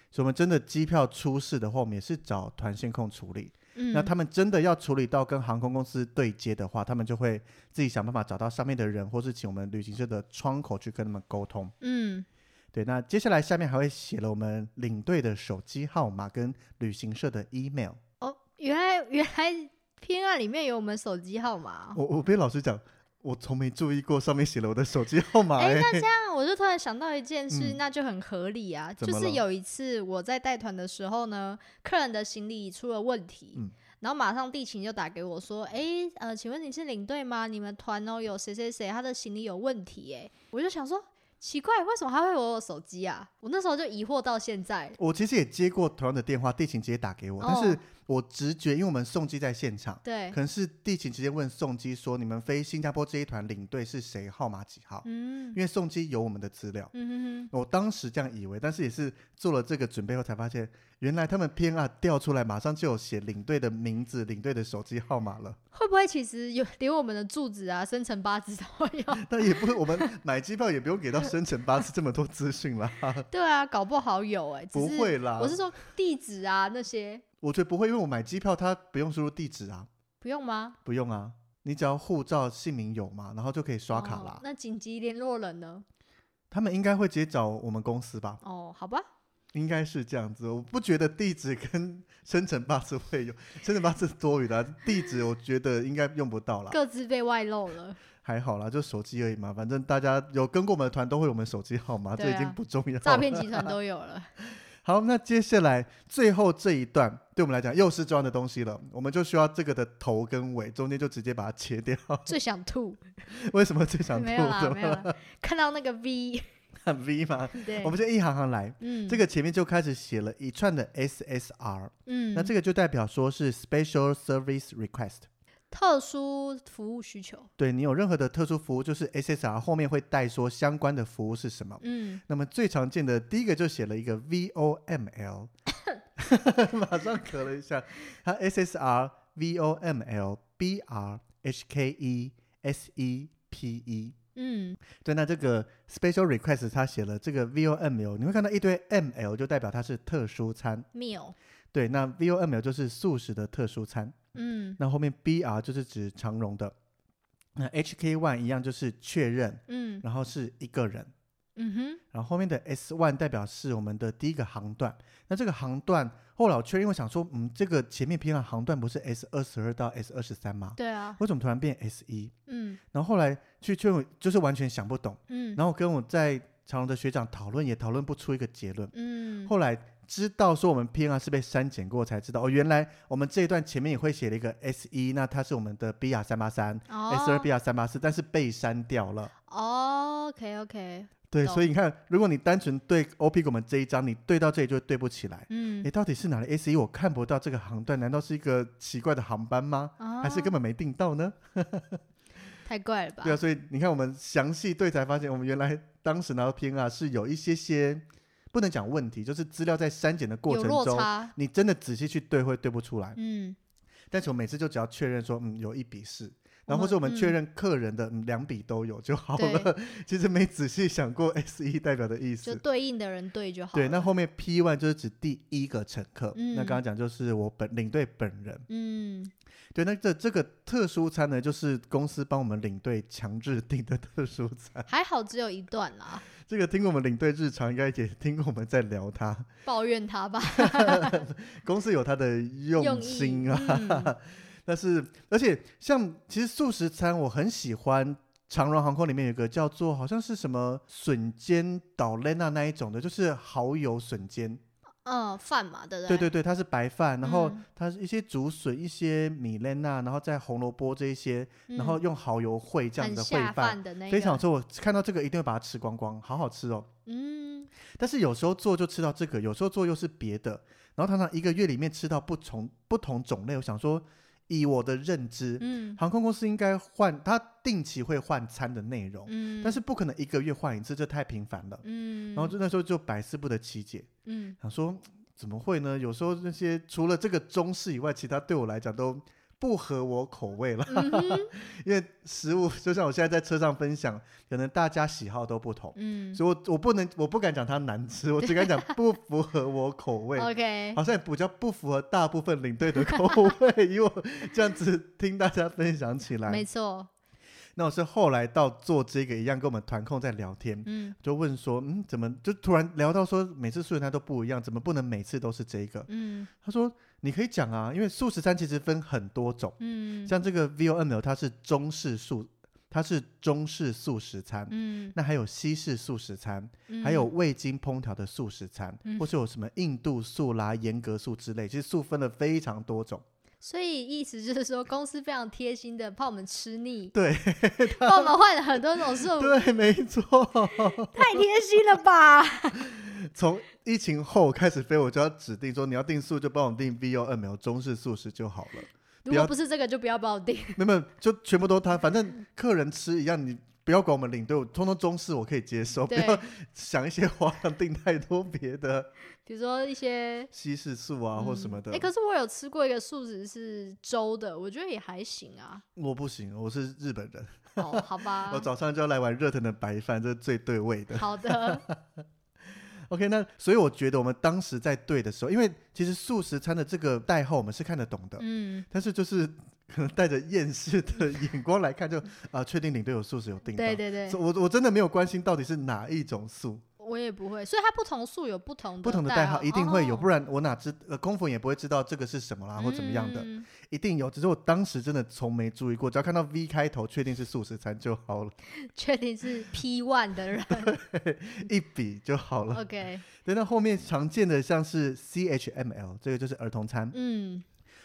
[SPEAKER 1] 所以我们真的机票出事的话，我们也是找团线控处理。
[SPEAKER 3] 嗯
[SPEAKER 1] 那他们真的要处理到跟航空公司对接的话，他们就会自己想办法找到上面的人，或是请我们旅行社的窗口去跟他们沟通。
[SPEAKER 3] 嗯
[SPEAKER 1] 对，那接下来下面还会写了我们领队的手机号码跟旅行社的 email。
[SPEAKER 3] 哦，原来原来偏爱里面有我们手机号码哦。
[SPEAKER 1] 我我被老师讲，我从没注意过上面写了我的手机号码、
[SPEAKER 3] 哎、
[SPEAKER 1] 欸。
[SPEAKER 3] 那这样我就突然想到一件事，
[SPEAKER 1] 嗯
[SPEAKER 3] 那就很合理啊。
[SPEAKER 1] 怎么
[SPEAKER 3] 就
[SPEAKER 1] 了
[SPEAKER 3] 是有一次我在带团的时候呢，客人的行李出了问题，
[SPEAKER 1] 嗯
[SPEAKER 3] 然后马上地勤就打给我说：“哎、呃，请问你是领队吗？你们团哦有谁谁谁他的行李有问题、哎，我就想说奇怪，为什么还会有我手机啊？我那时候就疑惑到现在。
[SPEAKER 1] 我其实也接过同样的电话，地勤直接打给我，但
[SPEAKER 3] 哦哎
[SPEAKER 1] 是我直觉，因为我们送机在现场，
[SPEAKER 3] 对
[SPEAKER 1] 可，能是地勤直接问送机说，你们飞新加坡这一团领队是谁，号码几号？
[SPEAKER 3] 嗯
[SPEAKER 1] 因为送机有我们的资料。
[SPEAKER 3] 嗯哼
[SPEAKER 1] 我当时这样以为，但是也是做了这个准备后才发现，原来他们 PNR 调出来马上就有写领队的名字、领队的手机号码了。
[SPEAKER 3] 哼，会不会其实有连我们的住址啊、生辰八字都有？
[SPEAKER 1] 但也不是我们买机票也不用给到生辰八字这么多资讯啦，
[SPEAKER 3] 对啊，搞不好有哎、只
[SPEAKER 1] 不
[SPEAKER 3] 是
[SPEAKER 1] 会啦。
[SPEAKER 3] 我是，说地址啊那些
[SPEAKER 1] 我觉得不会，因为我买机票它不用输入地址啊，
[SPEAKER 3] 不用吗？
[SPEAKER 1] 不用啊，你只要护照、姓名有嘛，然后就可以刷卡
[SPEAKER 3] 哦
[SPEAKER 1] 啦。
[SPEAKER 3] 那紧急联络人呢？
[SPEAKER 1] 他们应该会直接找我们公司吧？
[SPEAKER 3] 哦，好吧，
[SPEAKER 1] 应该是这样子，我不觉得地址跟 生辰八字会有，生辰八字是多余的啊、地址我觉得应该用不到啦，
[SPEAKER 3] 各自被外露了。
[SPEAKER 1] 还好啦，就手机而已嘛，反正大家有跟过我们的团都会有我们手机号码，
[SPEAKER 3] 对
[SPEAKER 1] 这
[SPEAKER 3] 啊
[SPEAKER 1] 已经不重要了。
[SPEAKER 3] 诈骗集团都有了。
[SPEAKER 1] 好，那接下来最后这一段对我们来讲又是重要的东西了，我们就需要这个的头跟尾，中间就直接把它切掉。
[SPEAKER 3] 最想吐，
[SPEAKER 1] 为什么最 想吐？
[SPEAKER 3] 没有啦，
[SPEAKER 1] 怎
[SPEAKER 3] 没
[SPEAKER 1] 么
[SPEAKER 3] 有
[SPEAKER 1] 了
[SPEAKER 3] 啦。看到那个 V，
[SPEAKER 1] 很 V 吗？
[SPEAKER 3] 对，
[SPEAKER 1] 我们就一行行来，
[SPEAKER 3] 嗯，
[SPEAKER 1] 这
[SPEAKER 3] 个，
[SPEAKER 1] 个前面就开始写了一串的 SSR。
[SPEAKER 3] 嗯，
[SPEAKER 1] 那这
[SPEAKER 3] 个
[SPEAKER 1] 个就代表说是 special service request，
[SPEAKER 3] 特殊服务需求，
[SPEAKER 1] 对你有任何的特殊服务，就是 SSR 后面会带说相关的服务是什么。
[SPEAKER 3] 嗯，
[SPEAKER 1] 那么最常见的第一个就写了一个 VOML，马上咳了一下，它 SSR VOML BR HKE E SEPE。
[SPEAKER 3] 嗯，
[SPEAKER 1] 对，那这个 special request 它写了这个 VOML，你会看到一堆 ML 就代表它是特殊餐，
[SPEAKER 3] meal，
[SPEAKER 1] 对，那 VOML 就是素食的特殊餐。
[SPEAKER 3] 嗯
[SPEAKER 1] 那后面 BR 就是指长荣的，那 HK one 一样就是确认，
[SPEAKER 3] 嗯
[SPEAKER 1] 然后是一个人，
[SPEAKER 3] 嗯哼，
[SPEAKER 1] 然后后面的 S one 代表是我们的第一个航段。那这个航段后来我确认，因为我想说，嗯，这个前面偏了航段不是 S 二十二到 S 二十三吗？
[SPEAKER 3] 对啊，
[SPEAKER 1] 为什么突然变 S 一？
[SPEAKER 3] 嗯
[SPEAKER 1] 然后后来去确认，就是完全想不懂。
[SPEAKER 3] 嗯，
[SPEAKER 1] 然后跟我在长荣的学长讨论，也讨论不出一个结论。
[SPEAKER 3] 嗯，
[SPEAKER 1] 后来知道说我们 PNR 是被删减过，才知道哦，原来我们这一段前面也会写了一个 S 一，那它是我们的 BR 三八三、S 二
[SPEAKER 3] 哦
[SPEAKER 1] BR 三八四，但是被删掉了。
[SPEAKER 3] ，OK OK，
[SPEAKER 1] 对，
[SPEAKER 3] 懂
[SPEAKER 1] 所以你看，如果你单纯对 OP 给我们这一章，你对到这里就会对不起来。
[SPEAKER 3] 嗯
[SPEAKER 1] 诶，，到底是哪里 S 一？我看不到这个航段，难道是一个奇怪的航班吗？
[SPEAKER 3] 啊
[SPEAKER 1] 哎还是根本没订到呢？
[SPEAKER 3] 太怪了吧？
[SPEAKER 1] 对啊，所以你看，我们详细对才发现，我们原来当时拿到 PNR 是有一些些不能讲问题，就是资料在删减的过
[SPEAKER 3] 有
[SPEAKER 1] 程
[SPEAKER 3] 落
[SPEAKER 1] 中，
[SPEAKER 3] 差，
[SPEAKER 1] 你真的仔细去对会对不出来。
[SPEAKER 3] 嗯
[SPEAKER 1] 但是我每次就只要确认说，嗯，有一笔是，然
[SPEAKER 3] 我
[SPEAKER 1] 后或
[SPEAKER 3] 们
[SPEAKER 1] 者我们
[SPEAKER 3] 嗯
[SPEAKER 1] 确认客人的、嗯两笔都有就好了。 其实没仔细想过 S 一代表的意
[SPEAKER 3] 就
[SPEAKER 1] 思。
[SPEAKER 3] 对应的人对就好了。
[SPEAKER 1] 对，那后面 P one 就是指第一个乘客，
[SPEAKER 3] 嗯
[SPEAKER 1] 那刚刚讲就是我本领队本人。
[SPEAKER 3] 嗯，
[SPEAKER 1] 对，那这这个特殊餐呢，就是公司帮我们领队强制订的特殊餐。
[SPEAKER 3] 还好只有一段啦，
[SPEAKER 1] 这个听我们领队日常应该也听过我们在聊 它，
[SPEAKER 3] 抱怨他吧，
[SPEAKER 1] 公司有它的用
[SPEAKER 3] 用
[SPEAKER 1] 心
[SPEAKER 3] 意
[SPEAKER 1] 啊。
[SPEAKER 3] 嗯
[SPEAKER 1] 但是，而且像其实素食餐，我很喜欢长荣航空里面有一个叫做好像是什么笋尖岛蕾娜那一种的，就是蚝油笋尖。
[SPEAKER 3] 嗯，饭嘛，对不对？
[SPEAKER 1] 对对对，它是白饭，然后
[SPEAKER 3] 嗯
[SPEAKER 1] 它是一些竹笋、一些米蕾娜，然后再红萝卜这一些，
[SPEAKER 3] 对
[SPEAKER 1] 然后用蚝油烩这
[SPEAKER 3] 嗯很
[SPEAKER 1] 样子的
[SPEAKER 3] 下
[SPEAKER 1] 烩饭。
[SPEAKER 3] 饭的那个，
[SPEAKER 1] 非常好吃，我看到这个一定会把它吃光光，好好吃哦。
[SPEAKER 3] 嗯
[SPEAKER 1] 但是有时候做就吃到这个，有时候做又是别的，然后常常一个月里面吃到不同不同种类。我想说，以我的认知，
[SPEAKER 3] 嗯
[SPEAKER 1] 航空公司应该换，它定期会换餐的内容，
[SPEAKER 3] 嗯，
[SPEAKER 1] 但是不可能一个月换一次，这太频繁了。
[SPEAKER 3] 嗯，
[SPEAKER 1] 然后就那时候就百思不得其解，
[SPEAKER 3] 嗯
[SPEAKER 1] 想说怎么会呢？有时候那些除了这个中式以外，其他对我来讲都不合我口味了，
[SPEAKER 3] 嗯哼，
[SPEAKER 1] 因为食物就像我现在在车上分享，可能大家喜好都不同，
[SPEAKER 3] 嗯
[SPEAKER 1] 所以我我不能我不敢讲它 难吃，我只敢讲不符合我口
[SPEAKER 3] 哦
[SPEAKER 1] 味。
[SPEAKER 3] ，OK，
[SPEAKER 1] 好像也比较不符合大部分领队的口味，以我这样子听大家分享起
[SPEAKER 3] 没
[SPEAKER 1] 来，
[SPEAKER 3] 错，
[SPEAKER 1] 那我是后来到做这个一样，跟我们团控在聊天，
[SPEAKER 3] 嗯
[SPEAKER 1] 就问说，嗯，怎么就突然聊到说每次素食餐都不一样，怎么不能每次都是这个？
[SPEAKER 3] 嗯
[SPEAKER 1] 他说你可以讲啊，因为素食餐其实分很多种，
[SPEAKER 3] 嗯
[SPEAKER 1] 像这个 V O N L 它是中式素，它是中式素食餐，
[SPEAKER 3] 嗯，
[SPEAKER 1] 那还有西式素食餐，
[SPEAKER 3] 嗯
[SPEAKER 1] 还有味精烹调的素食餐，
[SPEAKER 3] 嗯
[SPEAKER 1] 或是有什么印度素啦、严格素之类，其实素分了非常多种。
[SPEAKER 3] 所以意思就是说，公司非常贴心的怕我们吃腻，
[SPEAKER 1] 对
[SPEAKER 3] 帮我们换了很多种食物，
[SPEAKER 1] 对，没错。
[SPEAKER 3] 太贴心了吧？
[SPEAKER 1] 从疫情后开始，飞我就要指定说你要订素就帮我订 V O N L 中式素食就好了。
[SPEAKER 3] 如果不是这个，就不要帮我订。
[SPEAKER 1] 没有没有，就全部都他，反正客人吃一样，你不要管我们领队，我通通中式我可以接受，不
[SPEAKER 3] 对，
[SPEAKER 1] 要 想一些花样订太多别的
[SPEAKER 3] 比如说一些
[SPEAKER 1] 西式素啊、或什么的。
[SPEAKER 3] 哎、诶可是我有吃过一个素食是粥的，我觉得也还行啊。
[SPEAKER 1] 我不行，我是日本人，
[SPEAKER 3] 哦，好吧
[SPEAKER 1] 我，早上就要来碗热腾的白饭，这是最对味的。
[SPEAKER 3] 好的，
[SPEAKER 1] OK，那所以我觉得我们当时在对的时候，因为其实素食餐的这个代号我们是看得懂的，
[SPEAKER 3] 嗯，
[SPEAKER 1] 但是就是可能带着厌世的眼光来看就， 啊，确定领队有素食有订到。
[SPEAKER 3] 对对对
[SPEAKER 1] 所，以我我真的没有关心到底是哪一种素，
[SPEAKER 3] 我也不会，所以它不同素有不同的
[SPEAKER 1] 不同的代
[SPEAKER 3] 代
[SPEAKER 1] 号一定会有，
[SPEAKER 3] 哦
[SPEAKER 1] 不然我哪知呃空服也不会知道这个是什么啦，或怎么样的，
[SPEAKER 3] 嗯
[SPEAKER 1] 一定有。只是我当时真的从没注意过，只要看到 V 开头，确定是素食餐就好了，
[SPEAKER 3] 确定是 P one 的 人嗯
[SPEAKER 1] 一笔就好了。
[SPEAKER 3] ，OK，
[SPEAKER 1] 对，那后面常见的像是 CHML，这个就是儿童餐，
[SPEAKER 3] 嗯，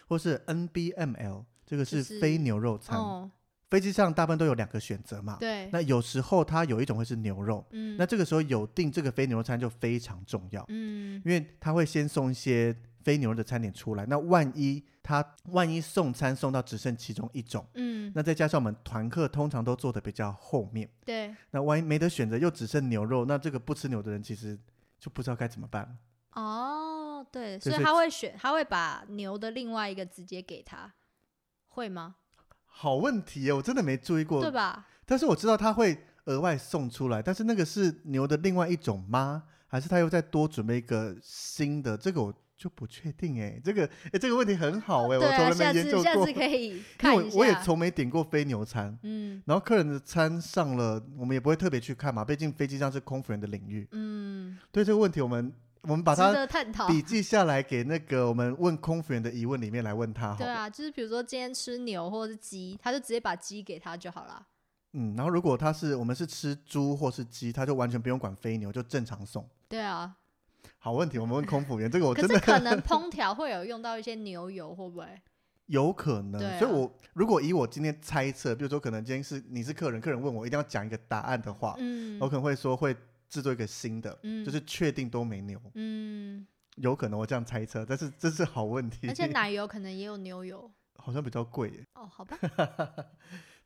[SPEAKER 1] 或是 NBML，这个
[SPEAKER 3] 就是是
[SPEAKER 1] 非牛肉餐。
[SPEAKER 3] 哦，
[SPEAKER 1] 飞机上大部分都有两个选择嘛，
[SPEAKER 3] 对，
[SPEAKER 1] 那有时候它有一种会是牛肉，
[SPEAKER 3] 嗯，
[SPEAKER 1] 那这个时候有订这个非牛肉餐就非常重要。
[SPEAKER 3] 嗯
[SPEAKER 1] 因为他会先送一些非牛肉的餐点出来。那万一他万一送餐送到只剩其中一种，
[SPEAKER 3] 嗯，
[SPEAKER 1] 那再加上我们团客通常都做的比较后面，
[SPEAKER 3] 对，
[SPEAKER 1] 那万一没得选择又只剩牛肉，那这个不吃牛的人其实就不知道该怎么办了。
[SPEAKER 3] 哦，对，所
[SPEAKER 1] 就
[SPEAKER 3] 以
[SPEAKER 1] 是
[SPEAKER 3] 他会选，他会把牛的另外一个直接给他，会吗？
[SPEAKER 1] 好问题耶，我真的没注
[SPEAKER 3] 对
[SPEAKER 1] 意过，
[SPEAKER 3] 吧？
[SPEAKER 1] 但是我知道他会额外送出来，但是那个是牛的另外一种吗？还是他又再多准备一个新的？这个我就不确定哎，这个哎这个问题很好哎，我
[SPEAKER 3] 对
[SPEAKER 1] 从
[SPEAKER 3] 啊，
[SPEAKER 1] 来
[SPEAKER 3] 下
[SPEAKER 1] 没研究
[SPEAKER 3] 次
[SPEAKER 1] 过，
[SPEAKER 3] 下次可以
[SPEAKER 1] 因
[SPEAKER 3] 看
[SPEAKER 1] 为
[SPEAKER 3] 一下。
[SPEAKER 1] 我我也从没点过非牛餐，
[SPEAKER 3] 嗯
[SPEAKER 1] 然后客人的餐上了，我们也不会特别去看嘛，毕竟飞机上是空服人的领域。
[SPEAKER 3] 嗯，
[SPEAKER 1] 对这个问题，我们我们把
[SPEAKER 3] 值
[SPEAKER 1] 它
[SPEAKER 3] 得探讨。
[SPEAKER 1] 笔记下来，给那个我们问空服人的疑问里面来问他好
[SPEAKER 3] 对
[SPEAKER 1] 了。
[SPEAKER 3] 啊，就是比如说今天吃牛或者是鸡，他就直接把鸡给他就好了。
[SPEAKER 1] 嗯，然后如果他是我们是吃猪或是鸡，他就完全不用管飞牛，就正常送。
[SPEAKER 3] 对啊，
[SPEAKER 1] 好问题，我们问空 服员，这个我
[SPEAKER 3] 可
[SPEAKER 1] 真
[SPEAKER 3] 是
[SPEAKER 1] 的
[SPEAKER 3] 可能烹调会有用到一些牛油，会不会？
[SPEAKER 1] 有可能。
[SPEAKER 3] 对啊
[SPEAKER 1] 所以我如果以我今天猜测，比如说可能今天是你是客人，客人问我一定要讲一个答案的话，
[SPEAKER 3] 嗯
[SPEAKER 1] 我可能会说会制作一个新的，
[SPEAKER 3] 嗯
[SPEAKER 1] 就是确定都没牛。
[SPEAKER 3] 嗯，
[SPEAKER 1] 有可能我这样猜测，但是这是好问题。
[SPEAKER 3] 而且奶油可能也有牛油。
[SPEAKER 1] 好像比较贵耶。
[SPEAKER 3] 哦，好 吧，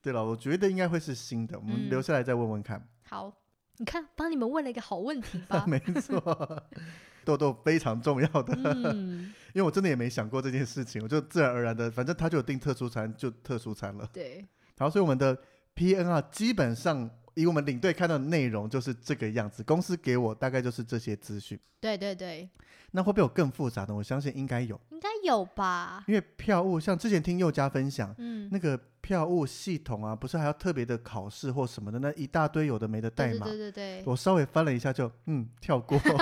[SPEAKER 1] 对了，我觉得应该会是新的，我们
[SPEAKER 3] 嗯
[SPEAKER 1] 留下来再问问看。
[SPEAKER 3] 好，你看，帮你们问了一个好问题吧。
[SPEAKER 1] 没错， 痘痘非常重要的，
[SPEAKER 3] 嗯，
[SPEAKER 1] 因为我真的也没想过这件事情，我就自然而然的，反正他就有订特殊餐，就特殊餐了。
[SPEAKER 3] 对，
[SPEAKER 1] 然后，所以我们的 PNR 基本上以我们领队看到的内容就是这个样子，公司给我大概就是这些资讯。
[SPEAKER 3] 对对对，
[SPEAKER 1] 那会不会有更复杂的？我相信应该有，
[SPEAKER 3] 应该有吧。
[SPEAKER 1] 因为票务像之前听佑嘉分享，
[SPEAKER 3] 嗯，
[SPEAKER 1] 那个票务系统啊，不是还要特别的考试或什么的，那一大堆有的没的代
[SPEAKER 3] 对
[SPEAKER 1] 码。
[SPEAKER 3] 对对对对，
[SPEAKER 1] 我稍微翻了一下就，嗯 跳过，真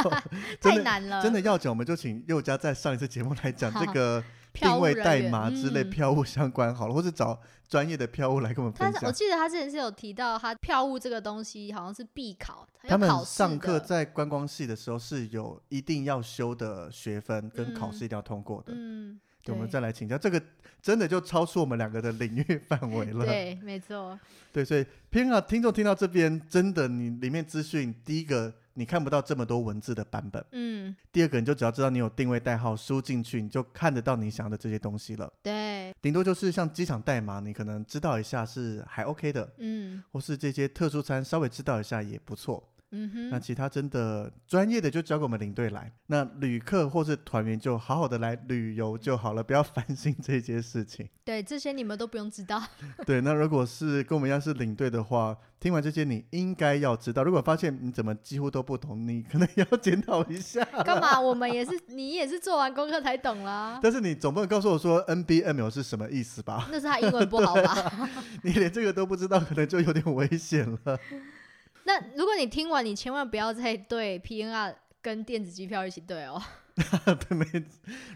[SPEAKER 3] 太
[SPEAKER 1] 的
[SPEAKER 3] 难了，
[SPEAKER 1] 真的要讲，我们就请佑嘉在上一次节目 来讲
[SPEAKER 3] 好
[SPEAKER 1] 这个
[SPEAKER 3] 票
[SPEAKER 1] 定
[SPEAKER 3] 务
[SPEAKER 1] 位
[SPEAKER 3] 人
[SPEAKER 1] 代
[SPEAKER 3] 员
[SPEAKER 1] 码之类
[SPEAKER 3] 嗯
[SPEAKER 1] 票务相关好了，或者找专业的票务来跟我们
[SPEAKER 3] 但
[SPEAKER 1] 分
[SPEAKER 3] 是我
[SPEAKER 1] 享。
[SPEAKER 3] 记得他之前是有提到，他票务这个东西好像是必考，要
[SPEAKER 1] 他们
[SPEAKER 3] 考试
[SPEAKER 1] 上课
[SPEAKER 3] 的
[SPEAKER 1] 在观光系的时候是有一定要修的学分跟考试一定要通过的，
[SPEAKER 3] 嗯，
[SPEAKER 1] 对我们再来请教这个真的就超出我们两个的领域 范围了。
[SPEAKER 3] 对，没错，
[SPEAKER 1] 对，所以偏好听众听到这边，真的你里面资讯，第一个你看不到这么多文字的版本，
[SPEAKER 3] 嗯，
[SPEAKER 1] 第二个你就只要知道你有定位代号输进去，你就看得到你想要的这些东西了。
[SPEAKER 3] 对，
[SPEAKER 1] 顶多就是像机场代码，你可能知道一下是还 OK 的，
[SPEAKER 3] 嗯，
[SPEAKER 1] 或是这些特殊餐稍微知道一下也不错。
[SPEAKER 3] 嗯哼，
[SPEAKER 1] 那其他真的专业的就交给我们领队来，那旅客或是团员就好好的来旅游就好了，不要烦心这些事情。
[SPEAKER 3] 对，这些你们都不用知道。
[SPEAKER 1] 对，那如果是跟我们一样是领队的话，听完这些你应该要知道。如果发现你怎么几乎都不懂，你可能要 检讨一下。
[SPEAKER 3] 干嘛？我们也是，你也是做完功课才懂 啦。
[SPEAKER 1] 但是你总不能告诉我说 NBML 是什么意思吧？
[SPEAKER 3] 那是他英文不好吧？
[SPEAKER 1] 你连这个都不知道，可能就有点危险了。
[SPEAKER 3] 那如果你听完，你千万不要再对 PNR 跟电子机票一起对哦。
[SPEAKER 1] 对，没。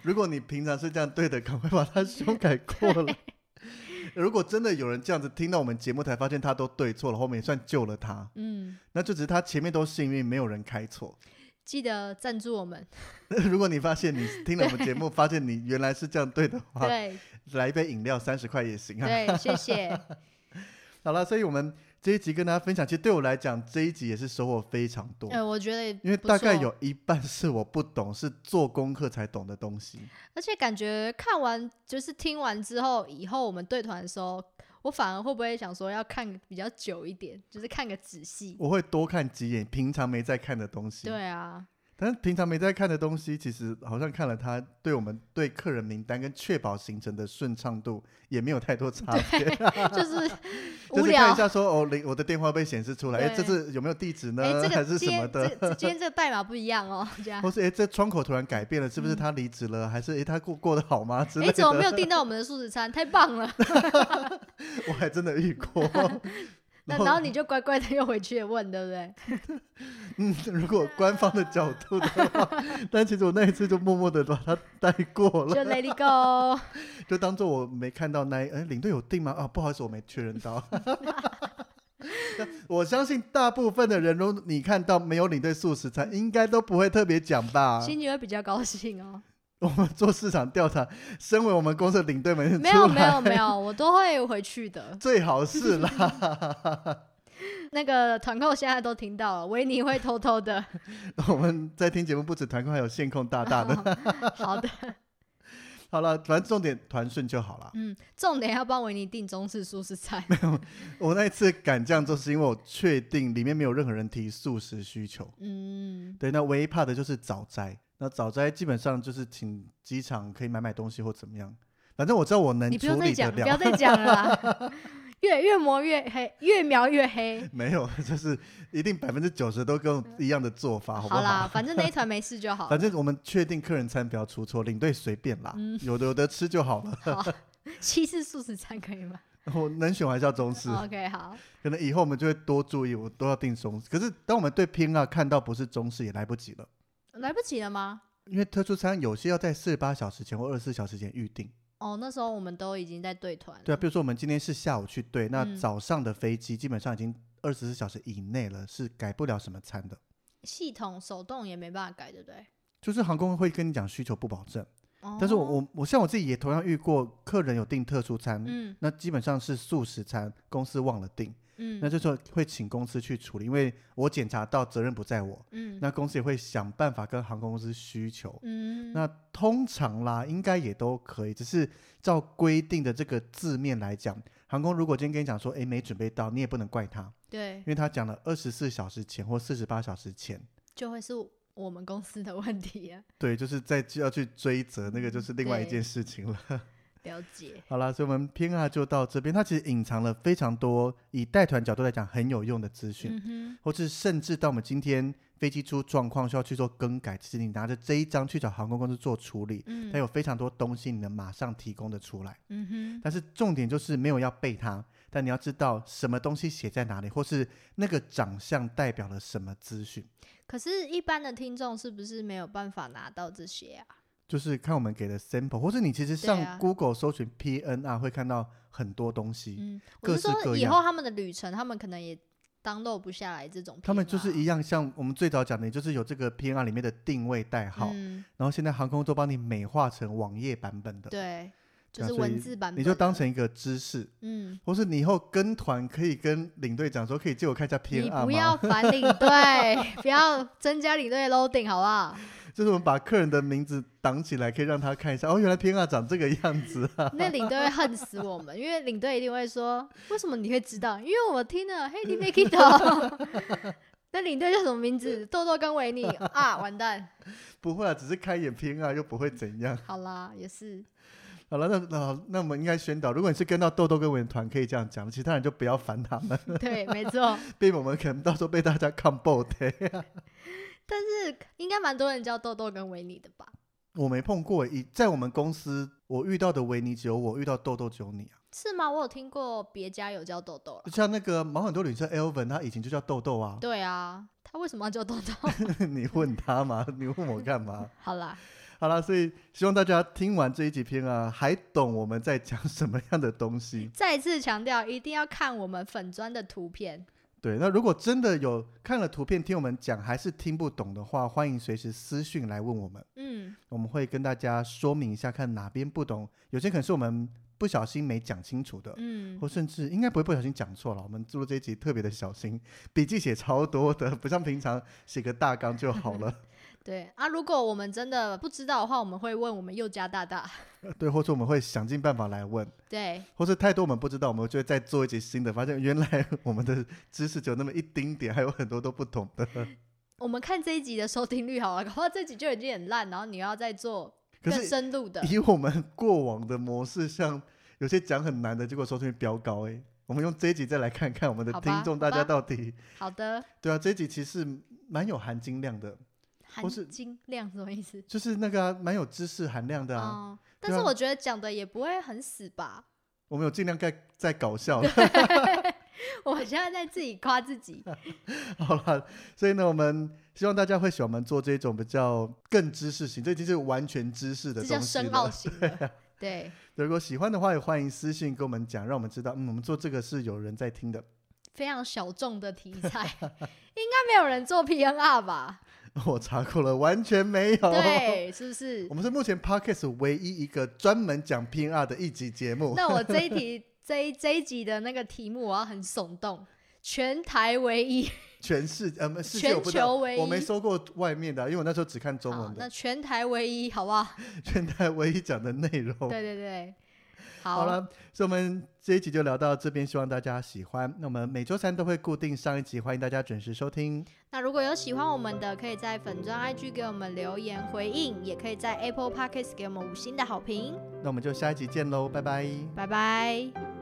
[SPEAKER 1] 如果你平常是这样对的，赶快把它修改过 来。如果真的有人这样子听到我们节目才发现他都对错了，后面也算救了他。
[SPEAKER 3] 嗯，
[SPEAKER 1] 那就只是他前面都幸运，没有人开错。
[SPEAKER 3] 记得赞助我们。
[SPEAKER 1] 如果你发现你听了我们节 目，发现你原来是这样对的话，
[SPEAKER 3] 对
[SPEAKER 1] 来一杯饮料三十块也行啊。
[SPEAKER 3] 对，谢 谢。
[SPEAKER 1] 好了，所以我们这一集跟大家分享，其实对我来讲这一集也是收获非常多，
[SPEAKER 3] 呃，我觉得也
[SPEAKER 1] 因为
[SPEAKER 3] 不
[SPEAKER 1] 大
[SPEAKER 3] 错
[SPEAKER 1] 概
[SPEAKER 3] 哦
[SPEAKER 1] 有一半是我不懂，是做功课才懂的东西。
[SPEAKER 3] 而且感觉看完就是听完之后，以后我们对团的时候，我反而会不会想说要看比较久一点，就是看个仔细。
[SPEAKER 1] 我会多看几眼平常没在看的东西。
[SPEAKER 3] 对 啊，
[SPEAKER 1] 但是平常没在看的东西，其实好像看了它，对我们对客人名单跟确保行程的顺畅度也没有太多差别。
[SPEAKER 3] 就是
[SPEAKER 1] 就
[SPEAKER 3] 无
[SPEAKER 1] 是看
[SPEAKER 3] 聊
[SPEAKER 1] 一。下说哦，零我的电话被显示出来，哎，
[SPEAKER 3] 对
[SPEAKER 1] 这是有没有地址 呢？
[SPEAKER 3] 哎、 这
[SPEAKER 1] 还
[SPEAKER 3] 个
[SPEAKER 1] 是
[SPEAKER 3] 今
[SPEAKER 1] 什么
[SPEAKER 3] 天这
[SPEAKER 1] 的？
[SPEAKER 3] 这今天这个代码不一样哦，这样
[SPEAKER 1] 或。是哎，这窗口突然改变了，是不是
[SPEAKER 3] 嗯
[SPEAKER 1] 他离职了？还是哎，他过过得好吗？之
[SPEAKER 3] 哎、
[SPEAKER 1] 类
[SPEAKER 3] 怎么没有
[SPEAKER 1] 的。
[SPEAKER 3] 订到我们的素食餐？太棒了！
[SPEAKER 1] 我还真的遇过。
[SPEAKER 3] 那然后你就乖乖的又回去问，对不对？
[SPEAKER 1] 嗯，如果官方的角度的话， 但其实我那一次就默默的把它带过了
[SPEAKER 3] 就。Let it go。
[SPEAKER 1] 就当做我没看到那一，哎，领队有定吗？啊，不好意思，我没确认到。 我相信大部分的人，如果你看到没有领队素食餐，应该都不会特别讲吧。
[SPEAKER 3] 心里会比较高兴 哦。
[SPEAKER 1] 我们做市场调查，身为我们公司的领队们，
[SPEAKER 3] 没有没有没，有，我都会回去的。
[SPEAKER 1] 最好是啦。
[SPEAKER 3] 那个团购现在都听到了，维尼会偷偷的。
[SPEAKER 1] 我们在听节目不止团控，还有线控大大
[SPEAKER 3] 哦
[SPEAKER 1] 的。
[SPEAKER 3] 好的，
[SPEAKER 1] 好了，反正重点团顺就好了。
[SPEAKER 3] 嗯，重点要帮维尼订中式素食 餐。
[SPEAKER 1] 我那一次敢这样做，是因为我确定里面没有任何人提素食需求。
[SPEAKER 3] 嗯，
[SPEAKER 1] 对，那唯一怕的就是早摘。那早摘基本上就是请机场可以买买东西或怎么样，反正我知道我能
[SPEAKER 3] 你不用
[SPEAKER 1] 处
[SPEAKER 3] 再
[SPEAKER 1] 理得
[SPEAKER 3] 讲，不
[SPEAKER 1] 了
[SPEAKER 3] 要。再讲了啦。越越磨越黑，越描越黑。
[SPEAKER 1] 没有，就是一定百分之九十都跟我一样的做法，好不
[SPEAKER 3] 好
[SPEAKER 1] 好？
[SPEAKER 3] 啦，反正那一团没事就好。
[SPEAKER 1] 反正我们确定客人餐不要出错，领队随便啦，
[SPEAKER 3] 嗯
[SPEAKER 1] 有的有的吃就好了。
[SPEAKER 3] 好，西式素食餐可以吗
[SPEAKER 1] 我能选我还是要中式，
[SPEAKER 3] ？OK，好，
[SPEAKER 1] 可能以后我们就会多注意，我都要订中式。可是当我们对拼啊看到不是中式也来不及了，
[SPEAKER 3] 来不及了吗？
[SPEAKER 1] 因为特殊餐有些要在四十八小时前或二十四小时前预定。
[SPEAKER 3] 哦，那时候我们都已经在对团了。
[SPEAKER 1] 对啊，比如说我们今天是下午去对，那
[SPEAKER 3] 嗯
[SPEAKER 1] 早上的飞机基本上已经二十四小时以内了，是改不了什么餐的。
[SPEAKER 3] 系统手动也没办法改，对不对？
[SPEAKER 1] 就是航空会跟你讲需求不保证，但是
[SPEAKER 3] 哦
[SPEAKER 1] 我我像我自己也同样遇过客人有订特殊餐，
[SPEAKER 3] 嗯
[SPEAKER 1] 那基本上是素食餐，公司忘了订，那
[SPEAKER 3] 嗯
[SPEAKER 1] 这时候会请公司去处理，因为我检查到责任不在我，
[SPEAKER 3] 嗯
[SPEAKER 1] 那公司也会想办法跟航空公司需求。
[SPEAKER 3] 嗯，
[SPEAKER 1] 那通常啦，应该也都可以，只是照规定的这个字面来讲，航空如果今天跟你讲说，诶，没准备到，你也不能怪他，
[SPEAKER 3] 对
[SPEAKER 1] 因，为他讲了二十四小时前或四十八小时前，
[SPEAKER 3] 就会是我们公司的问题啊。
[SPEAKER 1] 对，就是在就要去追责，那个就是另外一件
[SPEAKER 3] 嗯对
[SPEAKER 1] 事情了。
[SPEAKER 3] 了解，
[SPEAKER 1] 好啦，所以我们偏爱就到这边，它其实隐藏了非常多以带团角度来讲很有用的资讯，
[SPEAKER 3] 嗯哼，
[SPEAKER 1] 或是甚至到我们今天飞机出状况需要去做更改，其实你拿着这一张去找航空公司做处理，它
[SPEAKER 3] 嗯
[SPEAKER 1] 有非常多东西你能马上提供的出来。
[SPEAKER 3] 嗯哼，
[SPEAKER 1] 但是重点就是没有要背它，但你要知道什么东西写在哪里，或是那个长相代表了什么资讯。
[SPEAKER 3] 可是，一般的听众是不是没有办法拿到这些啊？
[SPEAKER 1] 就是看我们给的 sample，或是你其实
[SPEAKER 3] 对
[SPEAKER 1] 上
[SPEAKER 3] 啊
[SPEAKER 1] Google 搜寻 PNR 会看到很多东西，
[SPEAKER 3] 嗯，
[SPEAKER 1] 各
[SPEAKER 3] 我是
[SPEAKER 1] 式各
[SPEAKER 3] 说以
[SPEAKER 1] 样
[SPEAKER 3] 后他们的旅程，他们可能也 download 不下来这种片啊。
[SPEAKER 1] 他们就是一样，像我们最早讲的，就是有这个 PNR 里面的定位代号，
[SPEAKER 3] 嗯，
[SPEAKER 1] 然后现在航空都帮你美化成网页版本的，
[SPEAKER 3] 对，
[SPEAKER 1] 对
[SPEAKER 3] 就
[SPEAKER 1] 啊
[SPEAKER 3] 是
[SPEAKER 1] 所以
[SPEAKER 3] 文字版本的，
[SPEAKER 1] 你就当成一个知识，
[SPEAKER 3] 嗯。
[SPEAKER 1] 或是你以后跟团可以跟领队讲说，可以借我看一下
[SPEAKER 3] 你
[SPEAKER 1] PNR
[SPEAKER 3] 不要
[SPEAKER 1] 吗？
[SPEAKER 3] 烦 领队，不要增加领队的 loading 好不好？
[SPEAKER 1] 就是我们把客人的名字挡起来，可以让他看一下，哦，原来 PNR 长这个样子啊，
[SPEAKER 3] 那领队会恨死我们，因为领队一定会说：“为什么你会知道？因为我听了 Hey Nikito， 那领队叫什么名字？豆豆跟维尼啊，完蛋！
[SPEAKER 1] 不会啊，只是开眼拼啊，又不会怎样。
[SPEAKER 3] 好啦，也是，
[SPEAKER 1] 好了，那那那我们应该宣导，如果你是跟到豆豆跟文团，可以这样讲，其他人就不要烦他们，
[SPEAKER 3] 对，没错。
[SPEAKER 1] 避免我们可能到时候被大家看爆的。
[SPEAKER 3] 但是应该蛮多人叫豆豆跟维尼的吧？
[SPEAKER 1] 我没碰过，以在我们公司我遇到的维尼只有我，遇到豆豆只有你啊。
[SPEAKER 3] 是吗？我有听过别家有叫豆豆了。
[SPEAKER 1] 就像那个毛很多女生 Elvin，她以前就叫豆豆啊。
[SPEAKER 3] 对啊，他为什么要叫豆豆？
[SPEAKER 1] 你问她嘛， 你问我干嘛？
[SPEAKER 3] 好啦，
[SPEAKER 1] 好了，所以希望大家听完这一集片啊，还懂我们在讲什么样的东西。
[SPEAKER 3] 再次强调，一定要看我们粉砖的图片。
[SPEAKER 1] 对，那如果真的有看了图片听我们讲还是听不懂的话，欢迎随时私讯来问我们，
[SPEAKER 3] 嗯，
[SPEAKER 1] 我们会跟大家说明一下，看哪边不懂，有些可能是我们不小心没讲清楚的。
[SPEAKER 3] 嗯
[SPEAKER 1] 或，甚至应该不会不小心讲错了，我们做这一集特别的小心，笔记写超多的，不像平常写个大纲就好了。
[SPEAKER 3] 对啊，如果我们真的不知道的话，我们会问我们佑家大大。
[SPEAKER 1] 对，或者我们会想尽办法来问，
[SPEAKER 3] 对，
[SPEAKER 1] 或是太多我们不知道，我们就会再做一集新的，发现原来我们的知识只有那么一丁点，还有很多都不懂的。
[SPEAKER 3] 我们看这一集的收听率好了，搞不好这集就已经很烂，然后你要再做
[SPEAKER 1] 可
[SPEAKER 3] 更
[SPEAKER 1] 是
[SPEAKER 3] 深入的。
[SPEAKER 1] 以我们过往的模式，像有些讲很难的，结果收听率飙高哎、我们用这一集再来看看我们的
[SPEAKER 3] 好吧
[SPEAKER 1] 听众大家
[SPEAKER 3] 好吧
[SPEAKER 1] 到底
[SPEAKER 3] 好的，
[SPEAKER 1] 对啊，这一集其实蛮有含金量的，
[SPEAKER 3] 含
[SPEAKER 1] 或是
[SPEAKER 3] 金量什么意思？
[SPEAKER 1] 就是那个啊蛮、有知识含量的啊。
[SPEAKER 3] 哦，但
[SPEAKER 1] 对
[SPEAKER 3] 是
[SPEAKER 1] 啊
[SPEAKER 3] 我觉得讲的也不会很死吧。
[SPEAKER 1] 我们有尽量在在搞笑了，
[SPEAKER 3] 我现在在自己夸自己。
[SPEAKER 1] 好了，所以呢，我们希望大家会喜欢我们做这种比较更知识型，这已经是完全知识的
[SPEAKER 3] 这
[SPEAKER 1] 东
[SPEAKER 3] 叫
[SPEAKER 1] 西
[SPEAKER 3] 深奥
[SPEAKER 1] 了。
[SPEAKER 3] 型 的。对，
[SPEAKER 1] 如果喜欢的话，也欢迎私信跟我们讲，让我们知道，嗯，我们做这个是有人在听的。
[SPEAKER 3] 非常小众的题材，应该没有人做 PNR 吧？
[SPEAKER 1] 我查过了，完全没有。哦
[SPEAKER 3] 对，是不是
[SPEAKER 1] 我？们是目前 Podcast 唯一一个专门讲 PR 的一集节目。
[SPEAKER 3] 那我这一题这一这一集的那个题目，我要很耸动，全台唯一。
[SPEAKER 1] 全世呃，不世界我不知
[SPEAKER 3] 全
[SPEAKER 1] 道
[SPEAKER 3] 球唯一啊
[SPEAKER 1] 我没收过外面的，因为我那时候只看中
[SPEAKER 3] 好
[SPEAKER 1] 文，
[SPEAKER 3] 那
[SPEAKER 1] 的，
[SPEAKER 3] 全台唯一，好不好？
[SPEAKER 1] 全台唯一讲的内容。
[SPEAKER 3] 对对 对，
[SPEAKER 1] 哦好
[SPEAKER 3] 好，
[SPEAKER 1] 了，所以我们这一集就聊到这边，希望大家喜欢。那我们每周三都会固定上一集，欢迎大家准时收听。
[SPEAKER 3] 那如果有喜欢我们的，可以在粉专 IG 给我们留言回应，也可以在 Apple Podcast 给我们五星的好评。
[SPEAKER 1] 那我们就下一集见喽，拜拜。
[SPEAKER 3] 拜拜。